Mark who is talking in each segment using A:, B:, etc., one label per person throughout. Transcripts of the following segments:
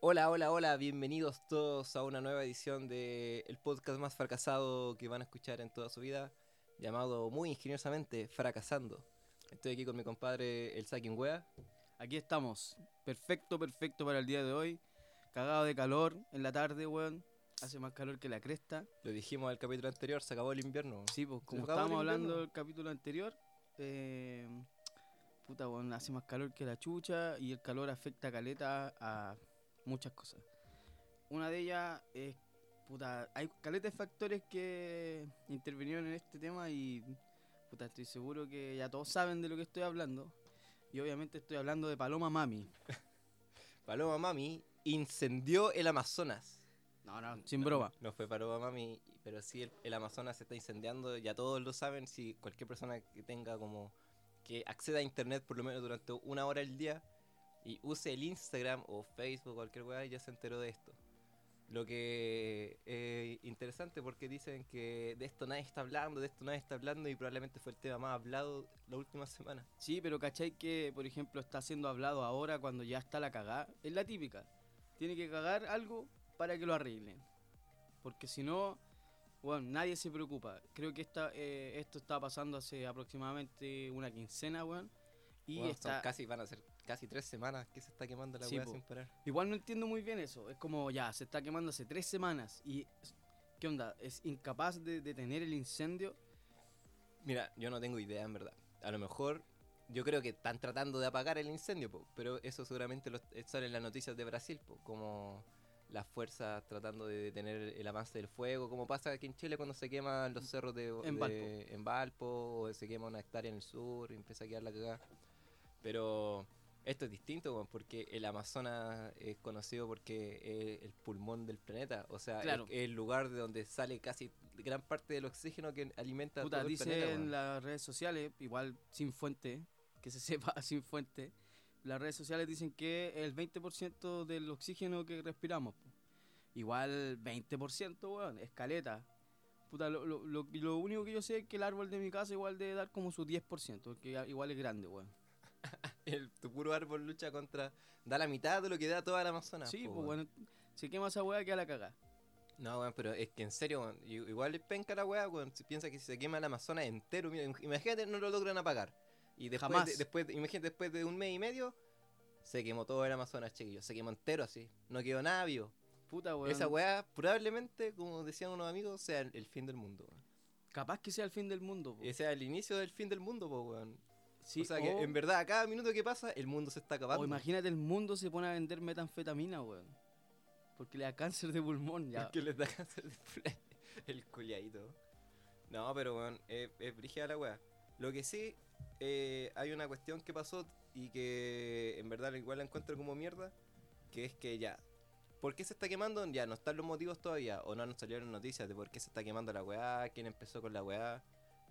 A: Hola, hola, hola, bienvenidos todos a una nueva edición de el podcast más fracasado que van a escuchar en toda su vida, llamado muy ingeniosamente Fracasando. Estoy aquí con mi compadre el Sakin Wea.
B: Aquí estamos. Perfecto, perfecto para el día de hoy. Cagado de calor en la tarde, weón. Hace más calor que la cresta.
A: Lo dijimos al capítulo anterior, se acabó el invierno.
B: Sí, pues
A: acabó el
B: como estábamos hablando
A: invierno.
B: del capítulo anterior, eh, puta, weón, hace más calor que la chucha y el calor afecta a caleta a muchas cosas. Una de ellas es, puta, hay caletas de factores que intervinieron en este tema y, puta, estoy seguro que ya todos saben de lo que estoy hablando. Y obviamente estoy hablando de Paloma Mami.
A: Paloma Mami incendió el Amazonas.
B: No, no, sin broma.
A: No fue Paloma Mami, pero sí el, el Amazonas se está incendiando, ya todos lo saben, si cualquier persona que tenga como que acceda a internet por lo menos durante una hora al día y use el Instagram o Facebook o cualquier weá, ya se enteró de esto. Lo que es interesante porque dicen que de esto nadie está hablando, de esto nadie está hablando y probablemente fue el tema más hablado la última semana.
B: Sí, pero ¿cachai que, por ejemplo, está siendo hablado ahora cuando ya está la cagada? Es la típica. Tiene que cagar algo para que lo arreglen. Porque si no, bueno, nadie se preocupa. Creo que esta, eh, esto está pasando hace aproximadamente una quincena, weón. Y
A: Weón, son
B: está...
A: casi, van a ser casi tres semanas que se está quemando la
B: Sí,
A: weá
B: po.
A: sin parar.
B: Igual no entiendo muy bien eso. Es como ya, se está quemando hace tres semanas y... ¿Qué onda? ¿Es incapaz de detener el incendio?
A: Mira, yo no tengo idea, en verdad. A lo mejor, yo creo que están tratando de apagar el incendio, po, pero eso seguramente lo, eh, sale en las noticias de Brasil, po, como las fuerzas tratando de detener el avance del fuego, como pasa aquí en Chile cuando se queman los cerros de,
B: En
A: de-
B: Valpo.
A: en Valpo, o se quema una hectárea en el sur, y empieza a quedar la cagada. Pero esto es distinto, weón, porque el Amazonas es conocido porque es el pulmón del planeta, o sea, es-
B: Claro.
A: es, el lugar de donde sale casi gran parte del oxígeno que alimenta
B: Puta,
A: todo el
B: dicen
A: planeta.
B: en
A: weón.
B: las redes sociales, igual sin fuente, que se sepa sin fuente, las redes sociales dicen que el 20% del oxígeno que respiramos, po. igual 20%, weón, escaleta. Puta, lo, lo- lo- lo único que yo sé es que el árbol de mi casa igual debe dar como su 10%, que a- igual es grande, weón.
A: El, tu puro árbol lucha contra. Da la mitad de lo que da toda la Amazonas.
B: sí,
A: po,
B: pues
A: weón.
B: bueno, se quema esa weá que a la cagá.
A: No, weón, pero es que en serio, weón, i- Igual es penca la weá, weón. Si piensa que si se quema el Amazonas entero, mira, im- imagínate, no lo logran apagar. Y después,
B: Jamás.
A: de- después, de- imagínate, después de un mes y medio, se quemó todo el Amazonas, chiquillos. Se quemó entero así. No quedó nada vivo.
B: Puta, weón.
A: Esa weá, probablemente, como decían unos amigos, sea el, el fin del mundo, weón.
B: Capaz que sea el fin del mundo, po.
A: Ese sea el inicio del fin del mundo, po, weón.
B: Sí,
A: o sea que,
B: o-
A: en verdad, a cada minuto que pasa, el mundo se está acabando.
B: O imagínate el mundo se pone a vender metanfetamina, weón. Porque le da cáncer de pulmón ya.
A: Porque les da cáncer de pulmón. El culiadito. No, pero weón, es, es brígida la weá. Lo que sí, eh, hay una cuestión que pasó y que en verdad igual la encuentro como mierda, que es que ya. ¿Por qué se está quemando? Ya no están los motivos todavía, o no nos salieron noticias de por qué se está quemando la weá, quién empezó con la weá,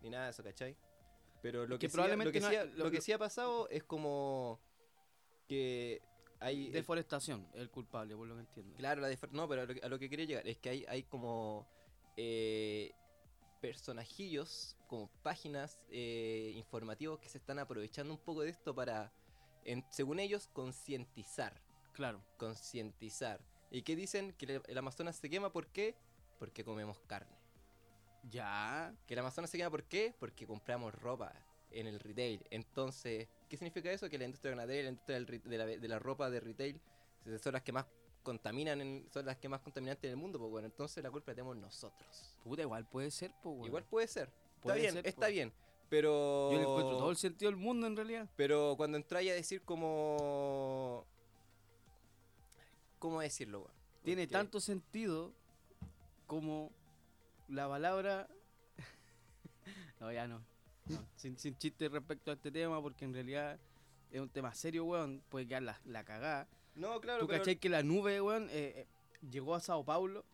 A: ni nada de eso, ¿cachai? Pero lo
B: que
A: que, sí ha- lo
B: probablemente
A: que
B: no
A: sí
B: ha-
A: ha-
B: lo-
A: lo que
B: lo-
A: sí ha pasado es como que hay eh, el-
B: Deforestación es el culpable, por lo que entiendo.
A: Claro, la difer- no, pero a lo, que- a lo que quería llegar es que hay, hay como eh, personajillos, como páginas eh, informativos que se están aprovechando un poco de esto para, en- según ellos, concientizar.
B: Claro.
A: Concientizar. ¿Y qué dicen? Que el, el Amazonas se quema, ¿por qué? Porque comemos carne.
B: Ya.
A: Que el Amazonas se quema, ¿por qué? Porque compramos ropa en el retail. Entonces, ¿qué significa eso? Que la industria ganadera y la industria del ri- de, la, de la ropa de retail se- son las que más contaminan, en- son las que más contaminantes en el mundo. Pues bueno, entonces la culpa la tenemos nosotros.
B: Puta, igual puede ser, po, weón.
A: Igual puede ser.
B: Puede
A: está bien,
B: ser,
A: está
B: po.
A: bien. Pero...
B: Yo le encuentro todo el sentido del mundo en realidad.
A: Pero cuando entráis a decir como... ¿Cómo decirlo, weón?
B: Tiene
A: Porque-
B: tanto sentido como la palabra. no, ya no. No, Sin, sin chiste respecto a este tema, porque en realidad es un tema serio, weón. Puede quedar la, la cagada.
A: No, claro,
B: ¿Tú
A: pero-
B: cachai que la nube, weón, eh, eh, llegó a Sao Paulo?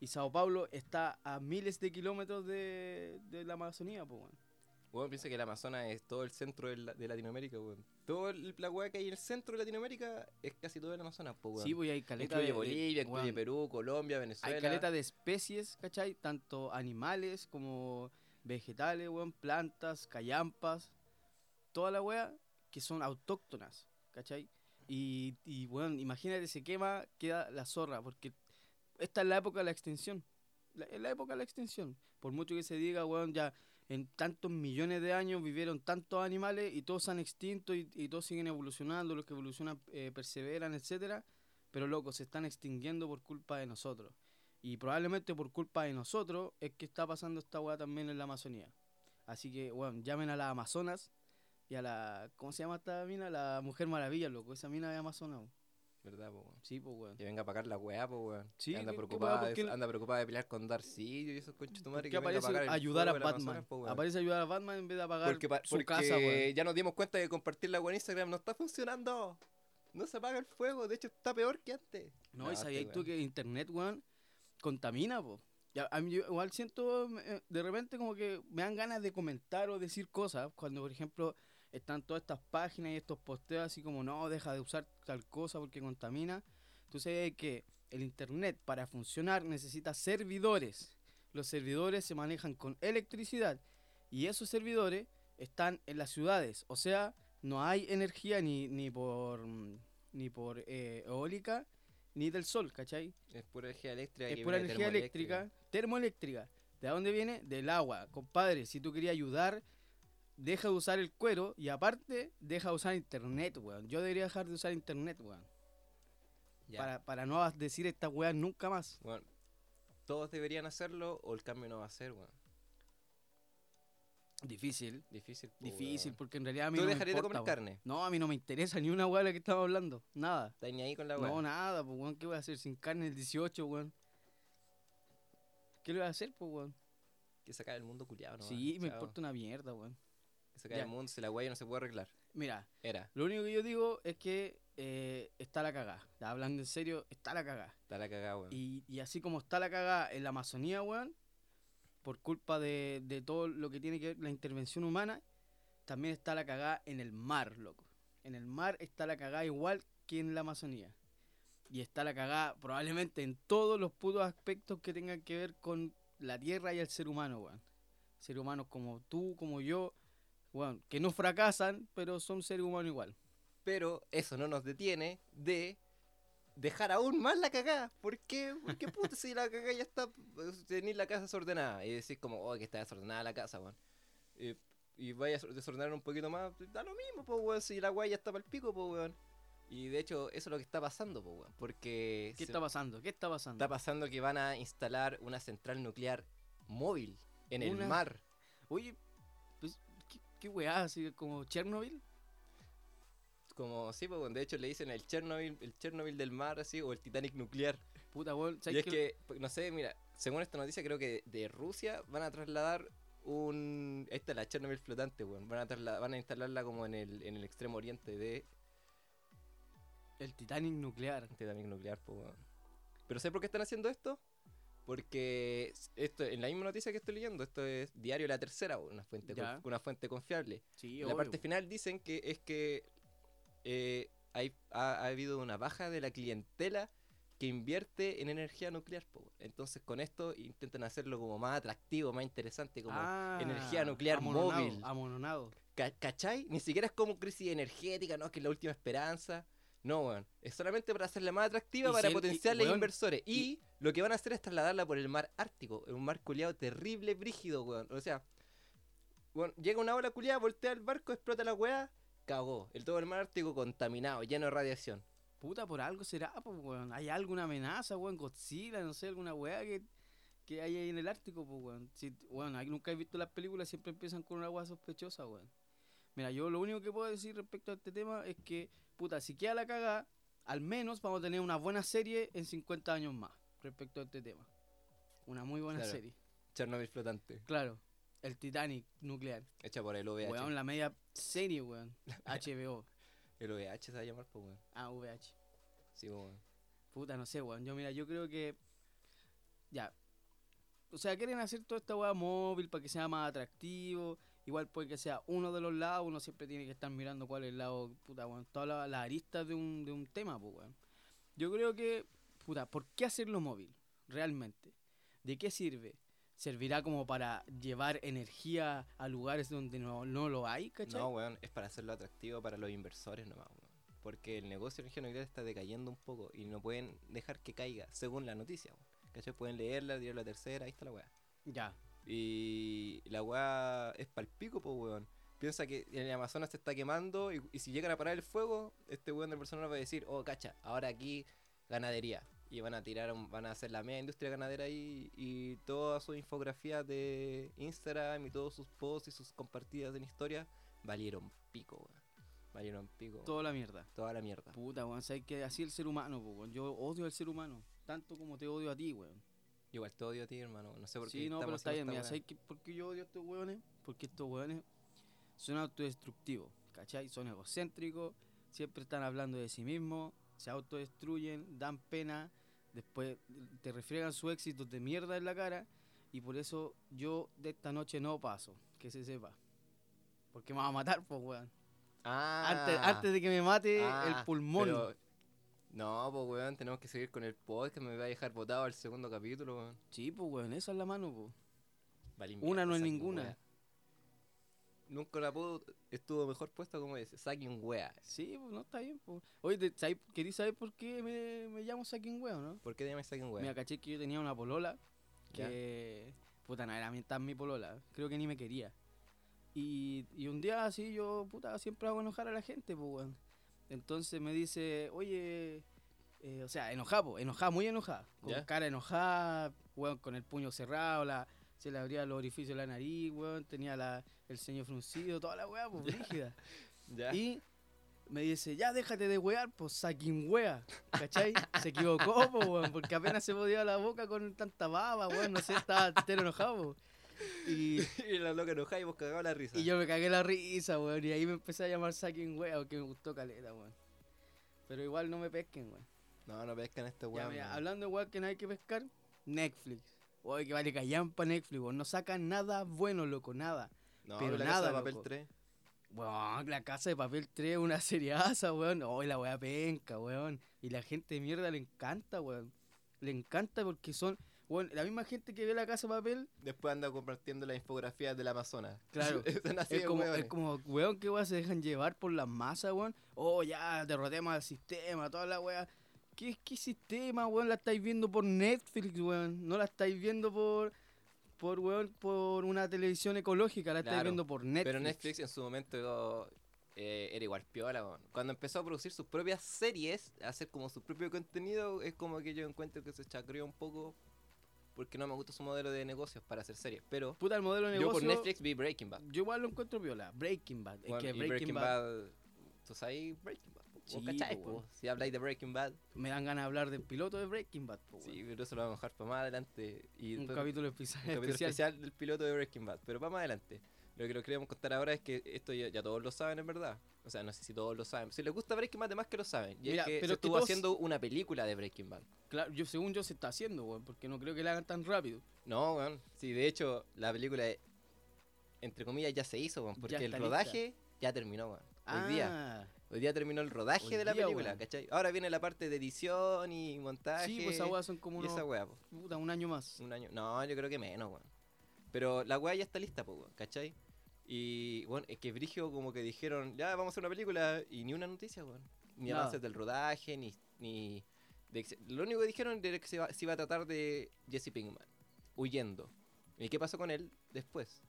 B: Y Sao Paulo está a miles de kilómetros de, de la Amazonía, pues, weón.
A: Weón, piensa que el Amazonas es todo el centro de, la- de Latinoamérica, weón. Todo el- la weá que hay en el centro de Latinoamérica es casi todo el Amazonas, po, weón.
B: Sí, pues y hay caleta
A: incluye
B: de- de-
A: Bolivia,
B: weón,
A: incluye Perú, Colombia, Venezuela.
B: Hay caleta de especies, ¿cachai? Tanto animales como vegetales, weón, plantas, callampas, toda la wea que son autóctonas, ¿cachai? Y, y bueno, imagínate, se quema, queda la zorra, porque esta es la época de la extinción. La, es la época de la extinción. Por mucho que se diga, weón, ya en tantos millones de años vivieron tantos animales y todos se han extinto y, y todos siguen evolucionando, los que evolucionan eh, perseveran, etcétera Pero loco, se están extinguiendo por culpa de nosotros. Y probablemente por culpa de nosotros es que está pasando esta weá también en la Amazonía. Así que, weón, llamen a las Amazonas y a la. ¿Cómo se llama esta mina? La Mujer Maravilla, loco. Esa mina de Amazonas. weón.
A: ¿Verdad, po, weón?
B: Sí, pues, weón.
A: Que venga a pagar la weá, po, weón.
B: Sí,
A: Que anda
B: ¿qué- qué weá?
A: preocupada,
B: ¿Por
A: de-
B: qué no-
A: anda preocupada de pelear con Darcy y esos conchos tu madre
B: que
A: que venga a
B: aparece
A: pagar el
B: ayudar a
A: fuego de la
B: Batman.
A: Amazonas, po, weón.
B: aparece ayudar a Batman en vez de apagar
A: Porque, pa-
B: su
A: porque
B: casa, weón.
A: ya nos dimos cuenta de que compartir la weá en Instagram no está funcionando. No se apaga el fuego, de hecho está peor que antes.
B: No,
A: No,
B: y
A: este
B: sabías tú
A: weón.
B: que internet, weón, contamina, po. Ya, a mí yo igual siento, eh, de repente como que me dan ganas de comentar o decir cosas, cuando por ejemplo están todas estas páginas y estos posteos así como, no, deja de usar tal cosa porque contamina. Tú sabes que el internet para funcionar necesita servidores. Los servidores se manejan con electricidad y esos servidores están en las ciudades. O sea, no hay energía ni, ni por, mm, ni por eh, eólica ni del sol, ¿cachai?
A: Es pura energía eléctrica.
B: Es
A: que
B: pura
A: viene
B: energía eléctrica, termoeléctrica. ¿De dónde viene? Del agua. Compadre, si tú querías ayudar, deja de usar el cuero y aparte, deja de usar internet, weón. Yo debería dejar de usar internet, weón.
A: Ya.
B: Para, para no decir estas weas nunca más.
A: Bueno, todos deberían hacerlo o el cambio no va a ser, weón.
B: Difícil.
A: Difícil. po,
B: Difícil,
A: weón.
B: porque en realidad a mí
A: ¿Tú
B: no me
A: dejarías de
B: importa,
A: comer
B: weón.
A: carne?
B: No, a mí no me interesa ni una wea de la que estamos hablando. Nada.
A: ¿Estás ni ahí con la weá?
B: No, nada, pues, weón. ¿Qué voy a hacer sin carne el 18, weón? ¿Qué le voy a hacer, pues, weón?
A: Que se acabe el mundo culiado, ¿no?
B: sí,
A: weón.
B: me
A: Chao.
B: importa una mierda, weón.
A: Que se acabe
B: Ya.
A: el mundo, si la weá ya no se puede arreglar.
B: Mira,
A: Era,
B: Lo único que yo digo es que eh, está la cagada. Hablando en serio, está la cagada.
A: está la cagada, weón.
B: Y, y así como está la cagada en la Amazonía, weón, por culpa de, de todo lo que tiene que ver la intervención humana, también está la cagada en el mar, loco. En el mar está la cagada igual que en la Amazonía. Y está la cagada probablemente en todos los putos aspectos que tengan que ver con la tierra y el ser humano, weón. Seres humanos como tú, como yo, weón, que no fracasan, pero son seres humanos igual.
A: Pero eso no nos detiene de dejar aún más la cagada. ¿Por qué? Porque puta, si la cagada ya está. Tenés la casa desordenada. Y decís como, oh, que está desordenada la casa, weón. Eh, y vayas a desordenar un poquito más. Da lo mismo, po, weón. Si la weá ya está para el pico, po, weón. Y de hecho, eso es lo que está pasando, po, weón. Porque.
B: ¿Qué
A: se-
B: está pasando? ¿Qué está pasando?
A: Está pasando que van a instalar una central nuclear móvil en el
B: Una-
A: mar.
B: Oye, pues, ¿qué, qué weá? Así como Chernobyl.
A: Como, sí, pues, de hecho le dicen el Chernobyl, el Chernobyl del mar, así, o el Titanic nuclear.
B: Puta, weón.
A: Y
B: ¿sabes
A: es
B: qué?
A: que, pues, no sé, mira, según esta noticia, creo que de Rusia van a trasladar un. Esta es la Chernobyl flotante, weón. Van a, trasla- van a instalarla como en el, en el extremo oriente de
B: El Titanic nuclear.
A: Titanic nuclear, pues, weón. Pero ¿sabes por qué están haciendo esto? Porque s- esto, en la misma noticia que estoy leyendo, esto es Diario La Tercera, weón, una fuente, conf-
B: Ya.
A: una fuente confiable.
B: Sí,
A: En la parte final dicen que es que eh, hay, ha, ha habido una baja de la clientela que invierte en energía nuclear. po, weón. Entonces con esto intentan hacerlo como más atractivo, más interesante, como energía nuclear
B: amononado,
A: móvil.
B: Amononado.
A: ca- ¿cachai? Ni siquiera es como crisis energética, no, es que es la última esperanza. No, weón. Es solamente para hacerla más atractiva
B: Y
A: para
B: si el- y-
A: potenciarle
B: weón,
A: inversores. Y, lo que van a hacer es trasladarla por el mar Ártico. En un mar culiado terrible, brígido, weón. O sea, weón, llega una ola culiada, voltea el barco, explota la weá, cagó. El todo el mar Ártico contaminado, lleno de radiación.
B: Puta, por algo será, pues, weón. Hay alguna amenaza, weón. Godzilla, no sé, alguna weá que, que hay ahí en el Ártico, pues, weón. Si, weón, ahí nunca he visto las películas, siempre empiezan con una weá sospechosa, weón. Mira, yo lo único que puedo decir respecto a este tema es que, puta, si queda la cagada, al menos vamos a tener una buena serie en 50 años más respecto a este tema. Una muy buena
A: Claro.
B: serie.
A: Chernobyl flotante,
B: Claro. El Titanic nuclear.
A: hecha por el OVH.
B: Weón, la media serie, weón. HBO.
A: El OVH se va a llamar, pues, weón.
B: Ah, VH.
A: Sí, po, weón.
B: Puta, no sé, weón. Yo, mira, yo creo que. Ya. O sea, quieren hacer toda esta weá móvil para que sea más atractivo. Igual puede que sea uno de los lados. Uno siempre tiene que estar mirando cuál es el lado. Puta, weón. Todas la- las aristas de un, de un tema, pues, weón. Yo creo que. Puta, ¿por qué hacerlo móvil? Realmente. ¿De qué sirve? ¿Servirá como para llevar energía a lugares donde no, no lo hay, cachai?
A: No, weón, es para hacerlo atractivo para los inversores nomás, weón. Porque el negocio de energía nuclear está decayendo un poco y no pueden dejar que caiga, según la noticia. weón. ¿Cachai? Pueden leerla, tirar la tercera, ahí está la weá.
B: Ya.
A: Y la weá es palpico, pues weón. Piensa que el Amazonas se está quemando y, y si llegan a parar el fuego, este weón del personal va a decir, oh, cacha, ahora aquí ganadería. Y van a tirar, un- van a hacer la media industria ganadera ahí y todas sus infografías de Instagram y todos sus posts y sus compartidas en historia valieron pico, weón. Valieron pico. weón.
B: Toda la mierda.
A: Toda la mierda.
B: Puta, weón, sabes que así el ser humano, po, weón. Yo odio al ser humano, tanto como te odio a ti, weón.
A: Igual te odio a ti, hermano. No sé por qué.
B: Sí, no, pero
A: estamos
B: está bien,
A: haciendo
B: mira,
A: esta
B: ¿sabes qué- por qué yo odio a estos weones? Porque estos weones son autodestructivos, ¿cachai? Son egocéntricos, siempre están hablando de sí mismos, se autodestruyen, dan pena, después te refriegan sus éxitos de mierda en la cara, y por eso yo de esta noche no paso, que se sepa. Porque me va a matar, pues, weón.
A: weá. Ah,
B: Antes, antes de que me mate
A: ah,
B: el pulmón.
A: pero- No, pues weón, tenemos que seguir con el podcast. Me va a dejar botado al segundo capítulo, weón.
B: Sí, pues, weón, esa es la mano, pues.
A: Vale,
B: Una no es
A: saquen
B: ninguna.
A: weá. Nunca la pudo. Estuvo mejor puesta como ese. Saquen wea.
B: Sí, pues no está bien. Pues. Oye, te- ¿sabes- ¿queréis saber por qué me, me llamo Saquín Huevo, no?
A: ¿Por qué te llamas saquen wea?
B: Mira, caché que yo tenía una polola
A: Ya.
B: que. Puta, no era mi- tan mi polola. Creo que ni me quería. Y, y un día así yo, puta, siempre hago enojar a la gente, pues, weón. Entonces me dice, oye. eh, o sea, enojada, pues, enojada, muy enojada. Con
A: Ya.
B: cara enojada, weón, con el puño cerrado, la, se le abría los orificios de la nariz, weón, tenía la, el ceño fruncido, toda la weá, pues, rígida.
A: Ya.
B: Y me dice, ya déjate de wear, pues saquín wea. ¿Cachai? Se equivocó, po, weón, porque apenas se podía la boca con tanta baba, weón, no sé, estaba entero enojado. po. Y,
A: Y la loca enojada y vos cagado la risa.
B: y yo me cagué la risa, weón, y ahí me empecé a llamar saquín wea, que me gustó caleta, weón. Pero igual no me pesquen, weón.
A: No, no pescan a este
B: Ya,
A: wea.
B: mira,
A: weón.
B: hablando de weón que no hay que pescar, Netflix. Oye, que vale callampa Netflix, weón. No sacan nada bueno, loco, nada.
A: No,
B: pero
A: pero
B: nada,
A: nada, papel
B: loco.
A: 3.
B: Weón, la casa de papel 3 es una seriaza, weón. Hoy la weá penca, weón. Y la gente de mierda le encanta, weón. Le encanta porque son, weón, la misma gente que ve la casa de papel
A: Después anda compartiendo las infografías del Amazonas.
B: Claro.
A: Están así
B: es,
A: de
B: como, es
A: weones.
B: como, weón, que weón se dejan llevar por las masas, weón. Oh, ya, derrotemos al sistema, toda la weá. ¿Qué, ¿Qué sistema, weón? La estáis viendo por Netflix, weón. No la estáis viendo por, por weón, por una televisión ecológica, la estáis
A: Claro,
B: viendo por Netflix.
A: Pero Netflix en su momento eh, era igual piola, weón. Cuando empezó a producir sus propias series, a hacer como su propio contenido, es como que yo encuentro que se chacreó un poco porque no me gusta su modelo de negocios para hacer series. Pero
B: Puta, el modelo de
A: yo
B: negocio...
A: por Netflix vi Breaking Bad.
B: Yo igual lo encuentro viola. Breaking Bad. Es
A: Weón,
B: que
A: y
B: Breaking, Bad,
A: ¿Tú sabes Breaking Bad? po? ¿Vos
B: Sí,
A: cacháis,
B: po,
A: po?
B: weón.
A: Si habláis de Breaking Bad,
B: Me dan ganas de hablar del piloto de Breaking Bad. po, weón.
A: sí, pero eso lo vamos a dejar para más adelante. Y
B: un
A: después-
B: capítulo espe-
A: un
B: especial.
A: capítulo especial del piloto de Breaking Bad. Pero vamos adelante. Lo que lo queríamos contar ahora es que esto ya, ya todos lo saben, en verdad. O sea, no sé si todos lo saben. Si les gusta Breaking Bad, además que lo saben. Y
B: Mira,
A: es que
B: pero
A: se
B: es que
A: estuvo
B: todos-
A: haciendo una película de Breaking Bad.
B: Claro, yo, según yo se está haciendo, weón, porque no creo que la hagan tan rápido.
A: No, weón. Sí, de hecho, la película, eh, entre comillas, ya se hizo, weón.
B: Ya
A: Porque el
B: está Ah.
A: rodaje ya terminó, weón. Hoy día. Hoy día terminó el rodaje
B: Hoy
A: de la
B: día,
A: película,
B: weón.
A: ¿cachai? Ahora viene la parte de edición y montaje.
B: Sí, pues esa weá son como
A: Y
B: unos,
A: esa weá, po.
B: puta, un año más.
A: Un año. No, yo creo que menos, weón. Pero la weá ya está lista, pues, weón, ¿cachai? Y, bueno, es que Brigio como que dijeron, ya, vamos a hacer una película, y ni una noticia, weón. Ni
B: Nada.
A: avances del rodaje, ni... ni de que se- lo único que dijeron era que se iba, se iba a tratar de Jesse Pinkman, huyendo. ¿Y qué pasó con él después?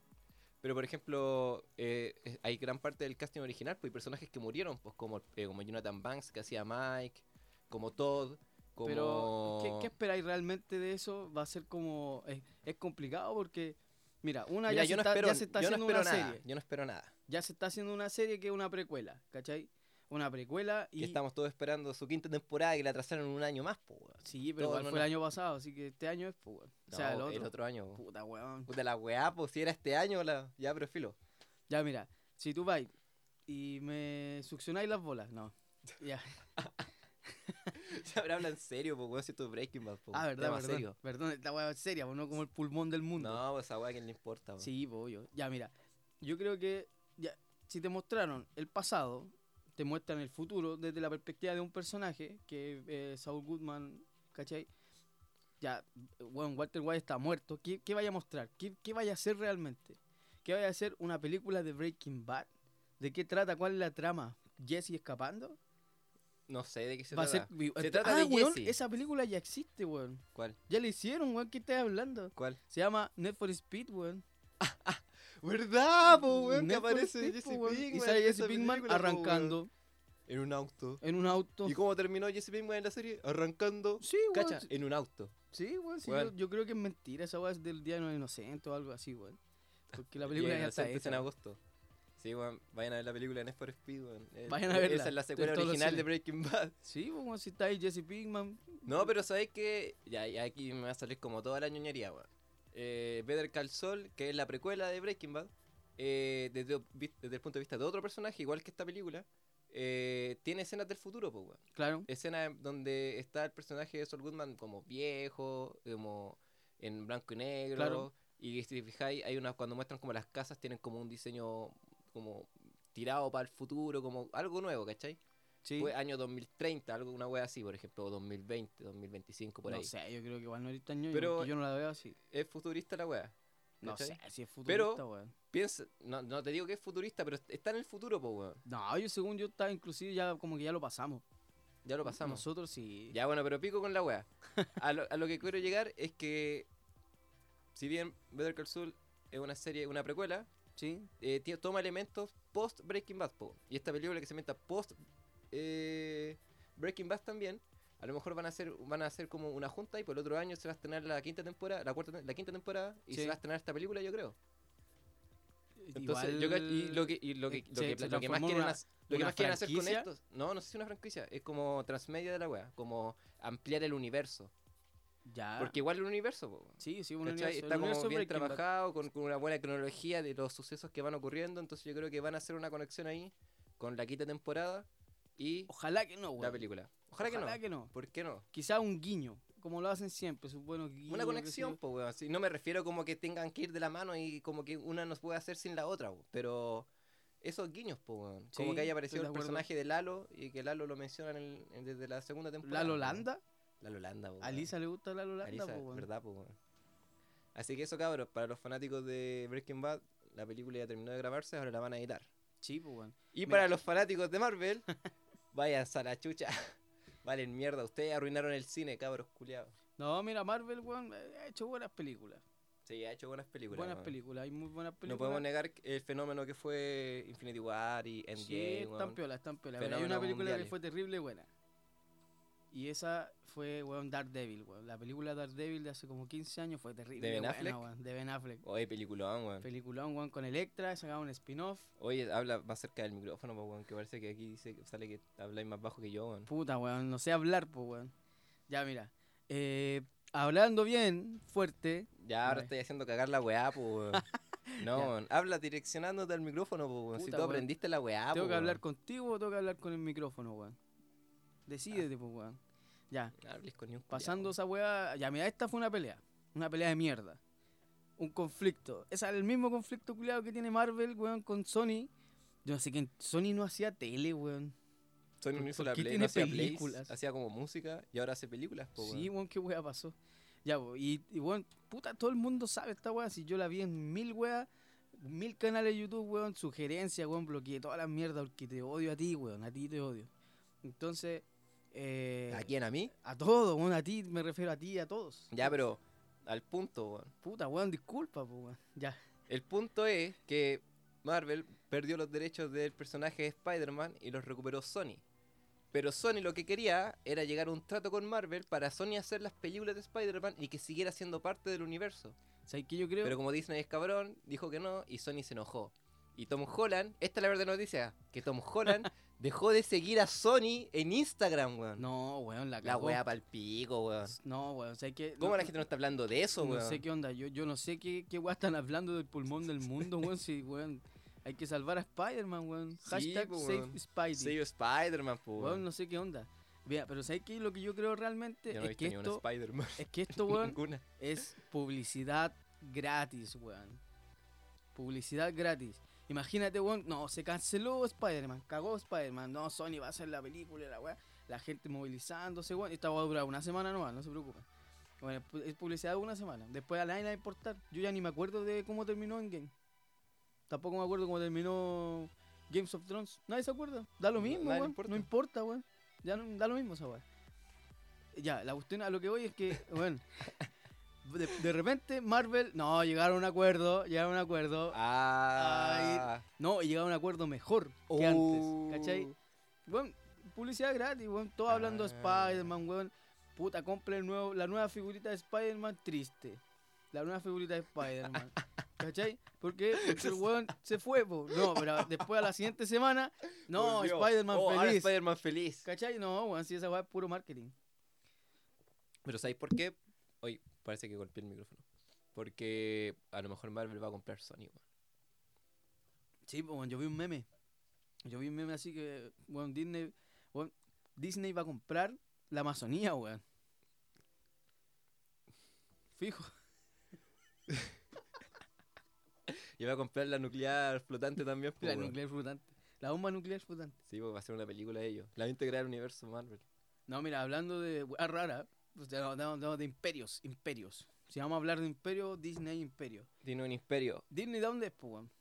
A: Pero, por ejemplo, eh, eh, hay gran parte del casting original, pues hay personajes que murieron, pues como, eh, como Jonathan Banks, que hacía Mike, como Todd, como...
B: Pero, ¿qué, qué esperáis realmente de eso? Va a ser como. Es, es complicado porque. Mira, una
A: Mira,
B: ya, se
A: yo no
B: está,
A: espero,
B: ya se está
A: yo no
B: haciendo
A: espero
B: una
A: nada,
B: serie.
A: Yo no espero nada.
B: Ya se está haciendo una serie que es una precuela, ¿cachai? Una precuela
A: Que
B: y.
A: estamos todos esperando su quinta temporada y la trazaron un año más, po, weón.
B: Sí, pero
A: todo
B: igual
A: en
B: fue
A: una.
B: el año pasado, así que este año es, pues, weón. O sea,
A: No,
B: el otro.
A: año, po.
B: Puta, weón.
A: Puta la weá, pues si era este año, la... ya, pero filo.
B: Ya, mira, si tú vais y me succionáis las bolas, no. Ya.
A: Se habrá hablado en serio, pues weón, si esto es Breaking Bad, po.
B: Ah, verdad,
A: Tema
B: verdad.
A: serio.
B: Perdón, esta weá es seria, pues, no como el pulmón del mundo.
A: No, pues esa weá, ¿quién le importa, weón?
B: Sí, pues, obvio. Ya, mira, yo creo que ya, si te mostraron el pasado, te muestran el futuro desde la perspectiva de un personaje que eh, Saul Goodman, ¿cachai? Ya, bueno, Walter White está muerto. ¿Qué, qué vaya a mostrar? ¿Qué, ¿Qué vaya a hacer realmente? ¿Qué vaya a hacer una película de Breaking Bad? ¿De qué trata? ¿Cuál es la trama? ¿Jesse escapando?
A: No sé de qué se
B: Va a
A: trata.
B: ser. vi-
A: Se trata
B: ah,
A: de
B: weón,
A: Jesse.
B: esa película ya existe, weón.
A: ¿Cuál?
B: Ya la hicieron, weón. ¿Qué estás hablando?
A: ¿Cuál?
B: Se llama Net for Speed, weón.
A: ¿Verdad, Ah, po, weón? Que
B: Need for
A: aparece
B: Speed,
A: Jesse
B: po, weón.
A: Pinkman.
B: Y sale
A: en
B: Jesse
A: esa
B: Pinkman
A: película, po, weón.
B: arrancando
A: En un auto.
B: en un auto.
A: ¿Y cómo terminó Jesse Pinkman en la serie? Arrancando.
B: Sí, weón.
A: Cacha, en un auto.
B: Sí, weón. sí,
A: Weón.
B: Yo, yo creo que es mentira esa weá es del Día de los Inocentes o algo así, weón. Porque la película
A: Y
B: ya está
A: Inocentes en
B: hecha.
A: agosto. Sí, weón, vayan a ver la película Need for Speed, weón. Eh,
B: Vayan a
A: eh,
B: verla.
A: Esa es la
B: En
A: secuela
B: todos los
A: original de
B: cines.
A: Breaking Bad.
B: Sí, weón, si está ahí Jesse Pinkman.
A: No, pero sabéis que. Ya, ya aquí me va a salir como toda la ñoñería, weón. Eh, Better Call Saul, que es la precuela de Breaking Bad, eh, desde, vi- desde el punto de vista de otro personaje, igual que esta película, eh, tiene escenas del futuro, pues, weón.
B: Claro.
A: Escenas en donde está el personaje de Saul Goodman como viejo, como en blanco y negro.
B: Claro.
A: Y si te fijáis, hay unas cuando muestran como las casas tienen como un diseño como tirado para el futuro, como algo nuevo, ¿cachai?
B: Sí.
A: Fue año 2030, algo, una wea así, por ejemplo, o 2020, 2025, por
B: no
A: ahí.
B: sé, yo creo que igual no eres tan ñoño,
A: Pero-
B: porque yo no la veo así.
A: Es futurista la wea.
B: No
A: ¿cachai?
B: sé si es
A: Pero-
B: futurista, weón.
A: Piensa, no, no te digo que es futurista, pero está en el futuro, po, weón.
B: No, yo según yo está inclusive ya como que ya lo pasamos.
A: Ya lo pasamos.
B: Nosotros sí.
A: Ya bueno, pero pico con la wea. A lo, a lo que quiero llegar es que, si bien Better Call Saul es una serie, una precuela,
B: Sí.
A: eh, tie- toma elementos post Breaking Bad. po. Y esta película que se meta post eh, Breaking Bad también. A lo mejor van a hacer, van a hacer como una junta y por el otro año se va a estrenar la quinta temporada, la cuarta, te- la quinta temporada y
B: Sí.
A: se va a estrenar esta película, yo creo. Entonces,
B: Igual-
A: yo cach- y lo que, y lo que,
B: eh,
A: lo
B: se-
A: que-
B: se
A: lo que más
B: transformó en
A: quieren,
B: una-
A: hac- lo que
B: una
A: más quieren hacer con
B: franquicia.
A: estos, no, no sé si una franquicia, es como transmedia de la wea, como ampliar el universo,
B: Ya.
A: porque igual el universo, po,
B: Ah. Sí, sí, un
A: ¿Cachai?
B: universo.
A: Está
B: el
A: como
B: universo
A: bien
B: Breaking Bad.
A: trabajado, con, con una buena cronología de los sucesos que van ocurriendo. Entonces yo creo que van a hacer una conexión ahí con la quinta temporada y
B: Ojalá que no, weón.
A: la película. Ojalá, que no.
B: que no.
A: ¿Por qué no?
B: Quizá un guiño, como lo hacen siempre, sus buenos guiños.
A: Una
B: qué sé
A: conexión,
B: yo.
A: pues, weón. Si no me refiero como que tengan que ir de la mano y como que una nos puede hacer sin la otra, po, pero esos guiños, pues, weón. Como
B: Sí,
A: que haya
B: estoy
A: aparecido
B: de
A: el
B: acuerdo.
A: personaje de Lalo y que Lalo lo mencionan en- en- desde la segunda temporada.
B: La
A: po, weón.
B: Lolanda.
A: Lalo Landa, po,
B: A
A: weón.
B: Lisa le gusta la Lolanda,
A: Alisa,
B: po, weón.
A: ¿verdad, po, weón? Así que eso, cabros, para los fanáticos de Breaking Bad, la película ya terminó de grabarse, ahora la van a editar.
B: Sí, po, weón.
A: Y
B: Mira.
A: para los fanáticos de Marvel, vayan a la chucha. Valen mierda, ustedes arruinaron el cine, cabros culiados.
B: No, mira, Marvel, weón, eh, ha hecho buenas películas.
A: Sí, ha hecho buenas películas.
B: buenas
A: weón.
B: películas, hay muy buenas
A: No
B: películas.
A: podemos negar que- el fenómeno que fue Infinity War y Endgame.
B: Sí, están
A: weón.
B: piola, están piola. Pero hay
A: Fenómenos
B: una película
A: mundiales.
B: que fue terrible buena. Y esa fue, weón, Daredevil, weón. La película Daredevil de hace como 15 años fue terrible.
A: ¿De Ben
B: buena,
A: Affleck?
B: weón, De Ben Affleck.
A: Oye, peliculón, weón.
B: Peliculón, weón, con Electra, sacaba un spin-off.
A: Oye, habla más cerca del micrófono, po, weón, que parece que aquí dice, sale que habláis más bajo que yo, weón.
B: Puta, weón, no sé hablar, pues, weón. Ya, mira. Eh, hablando bien, fuerte.
A: Ya ahora
B: Ay.
A: estoy haciendo cagar la weá, po. weón. No,
B: Ya.
A: weón. habla direccionándote al micrófono, po. weón. si
B: Puta,
A: tú
B: weón.
A: aprendiste la weá,
B: ¿Tengo
A: Ah, po,
B: que hablar
A: weón.
B: contigo o tengo que hablar con el micrófono, weón? Decídete, pues, weón. Ya,
A: No hables con ni un culiao,
B: pasando
A: weón.
B: esa weá. Ya, mira, esta fue una pelea. Una pelea de mierda. Un conflicto. Es el mismo conflicto culiado que tiene Marvel, weón, con Sony. Yo no sé que Sony no hacía tele, weón.
A: Sony
B: ¿por-
A: no hizo
B: por
A: la
B: qué
A: Play,
B: tiene
A: no hacía plays,
B: películas?
A: hacía como música y ahora hace películas, po,
B: sí,
A: weón.
B: weón, qué weá pasó. Ya, po, y, y weón, puta, todo el mundo sabe esta weá. Si yo la vi en mil weas, mil canales de YouTube, weón, sugerencias, weón, bloqueé todas las mierdas porque te odio a ti, weón, a ti te odio. Entonces, eh,
A: ¿A quién? ¿A mí?
B: a todos, weón, a ti, me refiero a ti y a todos.
A: Ya, pero al punto, weón.
B: Puta, weón, disculpa, po, weón. Ya,
A: El punto es que Marvel perdió los derechos del personaje de Spider-Man y los recuperó Sony. Pero Sony lo que quería era llegar a un trato con Marvel para Sony hacer las películas de Spider-Man y que siguiera siendo parte del universo.
B: ¿sabes qué yo creo?
A: Pero como Disney es cabrón, dijo que no y Sony se enojó. Y Tom Holland, esta es la verdadera noticia, que Tom Holland dejó de seguir a Sony en Instagram, weón.
B: no, weón, la
A: la
B: cagó.
A: weá pa'l pico, weón.
B: No, weón, ¿sabes qué?
A: ¿Cómo
B: no,
A: la gente no está hablando de eso,
B: No
A: weón?
B: sé qué onda, yo, yo no sé qué, qué weá están hablando del pulmón del mundo, weón. Si, weón, hay que salvar a Spider-Man, weón.
A: Sí,
B: Hashtag
A: po,
B: save
A: weón.
B: Spidey.
A: Sello Spider-Man, po,
B: weón.
A: weón.
B: no sé qué onda. Mira, pero ¿sabes qué? Lo que yo creo realmente
A: Yo no he
B: es,
A: visto
B: que
A: ni una
B: esto,
A: Spider-Man.
B: es que esto, weón,
A: Ninguna.
B: es publicidad gratis, weón. Publicidad gratis. Imagínate, weón, no, se canceló Spider-Man, cagó Spider-Man, no, Sony va a hacer la película, y la weá, la gente movilizándose, weón, esta va a durar una semana nomás, no se preocupen. Bueno, es pu- es publicidad de una semana, después a nadie le va a importar, yo ya ni me acuerdo de cómo terminó Endgame, tampoco me acuerdo cómo terminó Games of Thrones, nadie se acuerda, da lo
A: No,
B: mismo,
A: nadie le
B: weón,
A: importa.
B: no importa, weón. Ya no, da lo mismo esa weá. Ya, la cuestión a lo que voy es que, bueno, de, de repente Marvel, no, llegaron a un acuerdo, llegaron a un acuerdo.
A: Ah,
B: No, y llegaron a un acuerdo mejor que
A: Uh.
B: antes, ¿cachai? Bueno, publicidad gratis, bueno, todo hablando de
A: Ah.
B: Spider-Man, weón. Puta, compra el nuevo, la nueva figurita de Spider-Man triste. La nueva figurita de Spider-Man. ¿Cachai? Porque, porque el weón se fue, po. No, pero después a la siguiente semana, no,
A: Volvió.
B: Spider-Man
A: Oh, ahora
B: feliz.
A: Spider-Man feliz.
B: ¿Cachai? No, weón, si esa weá es puro marketing.
A: Pero ¿sabéis por qué? Hoy parece que golpeé el micrófono. Porque a lo mejor Marvel va a comprar Sony, weón.
B: Sí, pues, weón, yo vi un meme. Yo vi un meme así que, weón, Disney, weón, Disney va a comprar la Amazonía, weón. Fijo.
A: Y va a comprar la nuclear flotante también, po,
B: La
A: Oh, weón.
B: nuclear flotante. La bomba nuclear flotante.
A: Sí, pues va a ser una película de ellos. La va a integrar al universo Marvel.
B: No, mira, hablando de weá rara, pues, de, de- de- de imperios, imperios. Si vamos a hablar de imperio, Disney imperio.
A: Tiene un imperio.
B: Disney, ¿dónde es, pues, weón?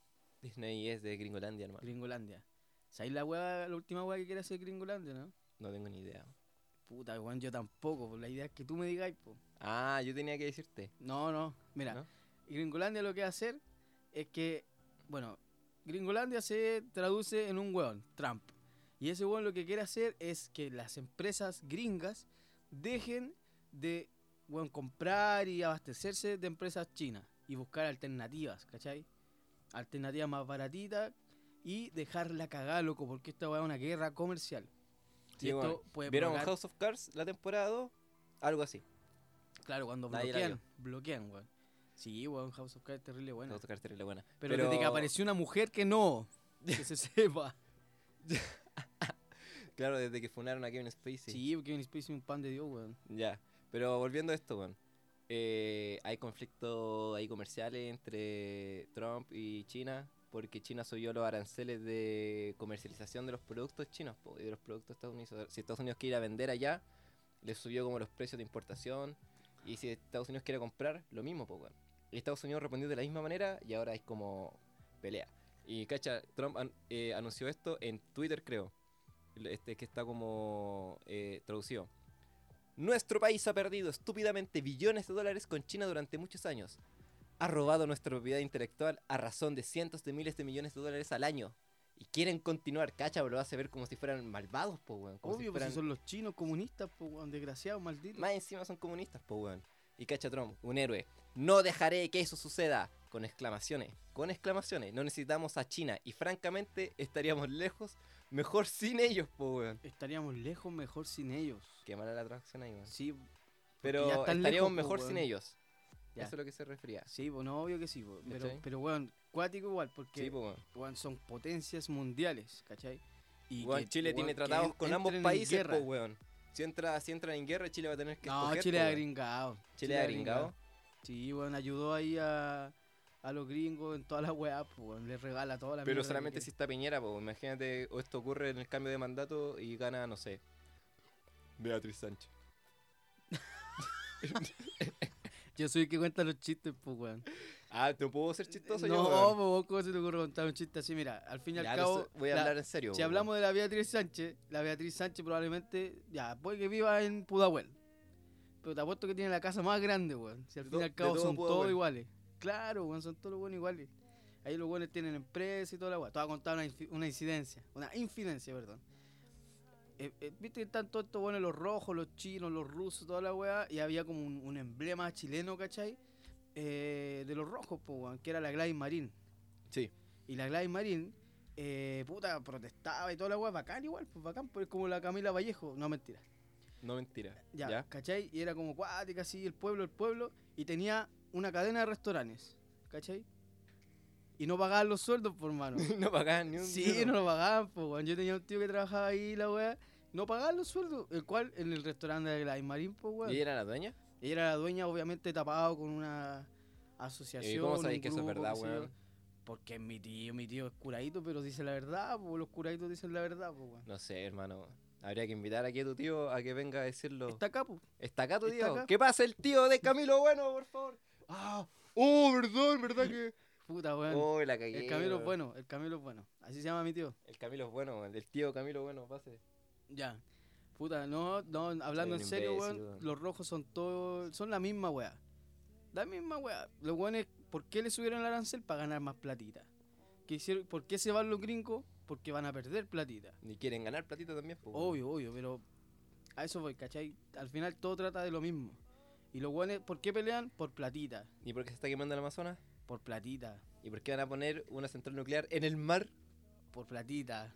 A: Disney es de Gringolandia, hermano.
B: Gringolandia. ¿Sabéis la weá, la última weá que quiere hacer Gringolandia, no?
A: No tengo ni idea.
B: Puta, weón, yo tampoco. pues, La idea es que tú me digáis, pues.
A: Ah, yo tenía que decirte.
B: No, no. Mira,
A: ¿No?
B: Gringolandia lo que va a hacer es que, bueno, Gringolandia se traduce en un hueón, Trump. Y ese hueón lo que quiere hacer es que las empresas gringas dejen de hueón, comprar y abastecerse de empresas chinas y buscar alternativas, ¿cachai? Alternativas más baratitas y dejarla cagar, loco, porque esta hueá es una guerra comercial. Y
A: Sí,
B: esto
A: bueno,
B: puede
A: ¿Vieron
B: provocar-
A: House of Cards la temporada 2? Algo así.
B: Claro, cuando
A: Nadie la
B: bloquean, bloquean, weón. Sí, weón, House of Cards es terrible, bueno.
A: House of Cards terrible buena.
B: Pero, desde que apareció una mujer que no, que se sepa.
A: Claro, desde que funaron a Kevin
B: Sí,
A: Spacey.
B: porque Kevin Spacey es un pan de Dios, weón.
A: Ya, pero volviendo a esto, weón. Eh, hay conflictos ahí comerciales entre Trump y China porque China subió los aranceles de comercialización de los productos chinos po, y de los productos estadounidenses. Si Estados Unidos quiere ir a vender allá, le subió como los precios de importación y si Estados Unidos quiere comprar, lo mismo, po, weón. Y Estados Unidos respondió de la misma manera y ahora es como pelea. Y cacha, Trump an- eh, anunció esto en Twitter, creo. Este que está como eh, traducido. Nuestro país ha perdido estúpidamente billones de dólares con China durante muchos años. Ha robado nuestra propiedad intelectual a razón de cientos de miles de millones de dólares al año. Y quieren continuar, cacha, pero lo hace ver como si fueran malvados, po, weón. Como si
B: Obvio, pues si
A: fueran-
B: son los chinos comunistas, po, weón, desgraciados, malditos.
A: Más encima son comunistas, po, weón. Y cacha Trump, un héroe. No dejaré que eso suceda. Con exclamaciones, con exclamaciones. No necesitamos a China. Y francamente, estaríamos lejos, mejor sin ellos, po, weón.
B: Estaríamos lejos mejor sin ellos.
A: Qué mala la traducción ahí, weón.
B: Sí,
A: Pero
B: ya están
A: estaríamos
B: lejos, po,
A: mejor
B: weón.
A: sin ellos.
B: Ya.
A: Eso es lo que se refería.
B: sí, pues no, obvio que sí, po, pero,
A: ¿Cachai?
B: pero weón, cuático igual, porque
A: Sí, pues. po, weón.
B: weón, son potencias mundiales, ¿cachai? Y
A: Weón,
B: que,
A: Chile
B: weón,
A: tiene
B: que
A: tratados
B: en-
A: con ambos
B: entren en
A: países,
B: guerra.
A: po, weón. Si entra, si entran en guerra, Chile va a tener que
B: No,
A: escoger,
B: Chile
A: po,
B: ha
A: weón.
B: gringado.
A: Chile ha gringado.
B: Sí, weón, ayudó ahí a, a los gringos en todas las weas, pues, weón, les regala toda la mierda
A: Pero
B: que
A: solamente
B: quieren.
A: si está Piñera, po. Imagínate, o esto ocurre en el cambio de mandato y gana, no sé. Beatriz Sánchez.
B: Yo soy el que cuenta los chistes, pues, weón.
A: Ah, ¿te puedo ser chistoso
B: no,
A: yo?
B: pues,
A: weón?
B: vos, ¿cómo se te ocurre contar un chiste así? Mira, al fin y
A: Ya,
B: al
A: no
B: cabo,
A: sé, voy a
B: la-
A: hablar en serio.
B: si
A: weón.
B: hablamos de la Beatriz Sánchez, la Beatriz Sánchez probablemente, ya, puede que viva en Pudahuel. Pero te apuesto que tiene la casa más grande, weón. Si al
A: De
B: fin y
A: to-
B: al
A: de
B: cabo
A: todo
B: son
A: Pudahuel.
B: todos iguales. Claro, weón, son todos los buenos iguales. Ahí los buenos tienen empresa y toda la weón. Te voy a contar una, infi- una incidencia, una infidencia, perdón. Eh, eh, Viste que están todos estos buenos, los rojos, los chinos, los rusos, toda la weá. Y había como un, un emblema chileno, ¿cachai? Eh, de los rojos, po, weón, que era la Gladys Marín.
A: Sí.
B: Y la Gladys Marín, eh, puta, protestaba y toda la weá, bacán igual, pues bacán, pues como la Camila Vallejo, no mentira.
A: No mentira. Ya.
B: Ya, ¿cachai? Y era como cuática, así, el pueblo, el pueblo, y tenía una cadena de restaurantes, ¿cachai? Y no pagaban los sueldos, por mano.
A: no pagaban ni un
B: sí,
A: duro.
B: no lo pagaban, pues, weón. Yo tenía un tío que trabajaba ahí, la weá, no pagaban los sueldos, el cual en el restaurante de Gladys Marín, pues, weón.
A: ¿Y ella era la dueña?
B: Ella era la dueña, obviamente tapado con una
A: ¿Y
B: asociación.
A: cómo
B: un
A: sabéis que eso es
B: grupo,
A: verdad,
B: qué sé yo.
A: weón?
B: Porque es mi tío, mi tío es curadito, pero dice la verdad, pues los curaditos dicen la verdad, pues weón.
A: No sé, hermano. Habría que invitar aquí a tu tío a que venga a decirlo.
B: Está acá, pues.
A: Está acá tu
B: Está
A: tío.
B: acá.
A: ¿Qué pasa el tío de Camilo Bueno, por favor? Ah, oh, verdad, verdad que.
B: Puta, weón.
A: Oh, la cagué.
B: el Camilo
A: weón.
B: es bueno, el Camilo es bueno. Así se llama mi tío.
A: El Camilo es bueno, weón. El tío Camilo Bueno, pase.
B: Ya. Puta, no, no, hablando
A: un
B: en serio,
A: imbécil,
B: weón,
A: weón.
B: los rojos son todos, son la misma weá. La misma weá. Los weones, ¿por qué le subieron el arancel? Para ganar más platita. ¿Qué hicieron? ¿Por qué se van los gringos? Porque van a perder platita.
A: Ni quieren ganar platita también, pues. weón.
B: Obvio, obvio, pero a eso voy, ¿cachai? Al final todo trata de lo mismo. Y los weones, ¿por qué pelean? Por platita,
A: ¿Y por qué se está quemando el Amazonas?
B: por platita,
A: ¿Y por qué van a poner una central nuclear en el mar?
B: por platita,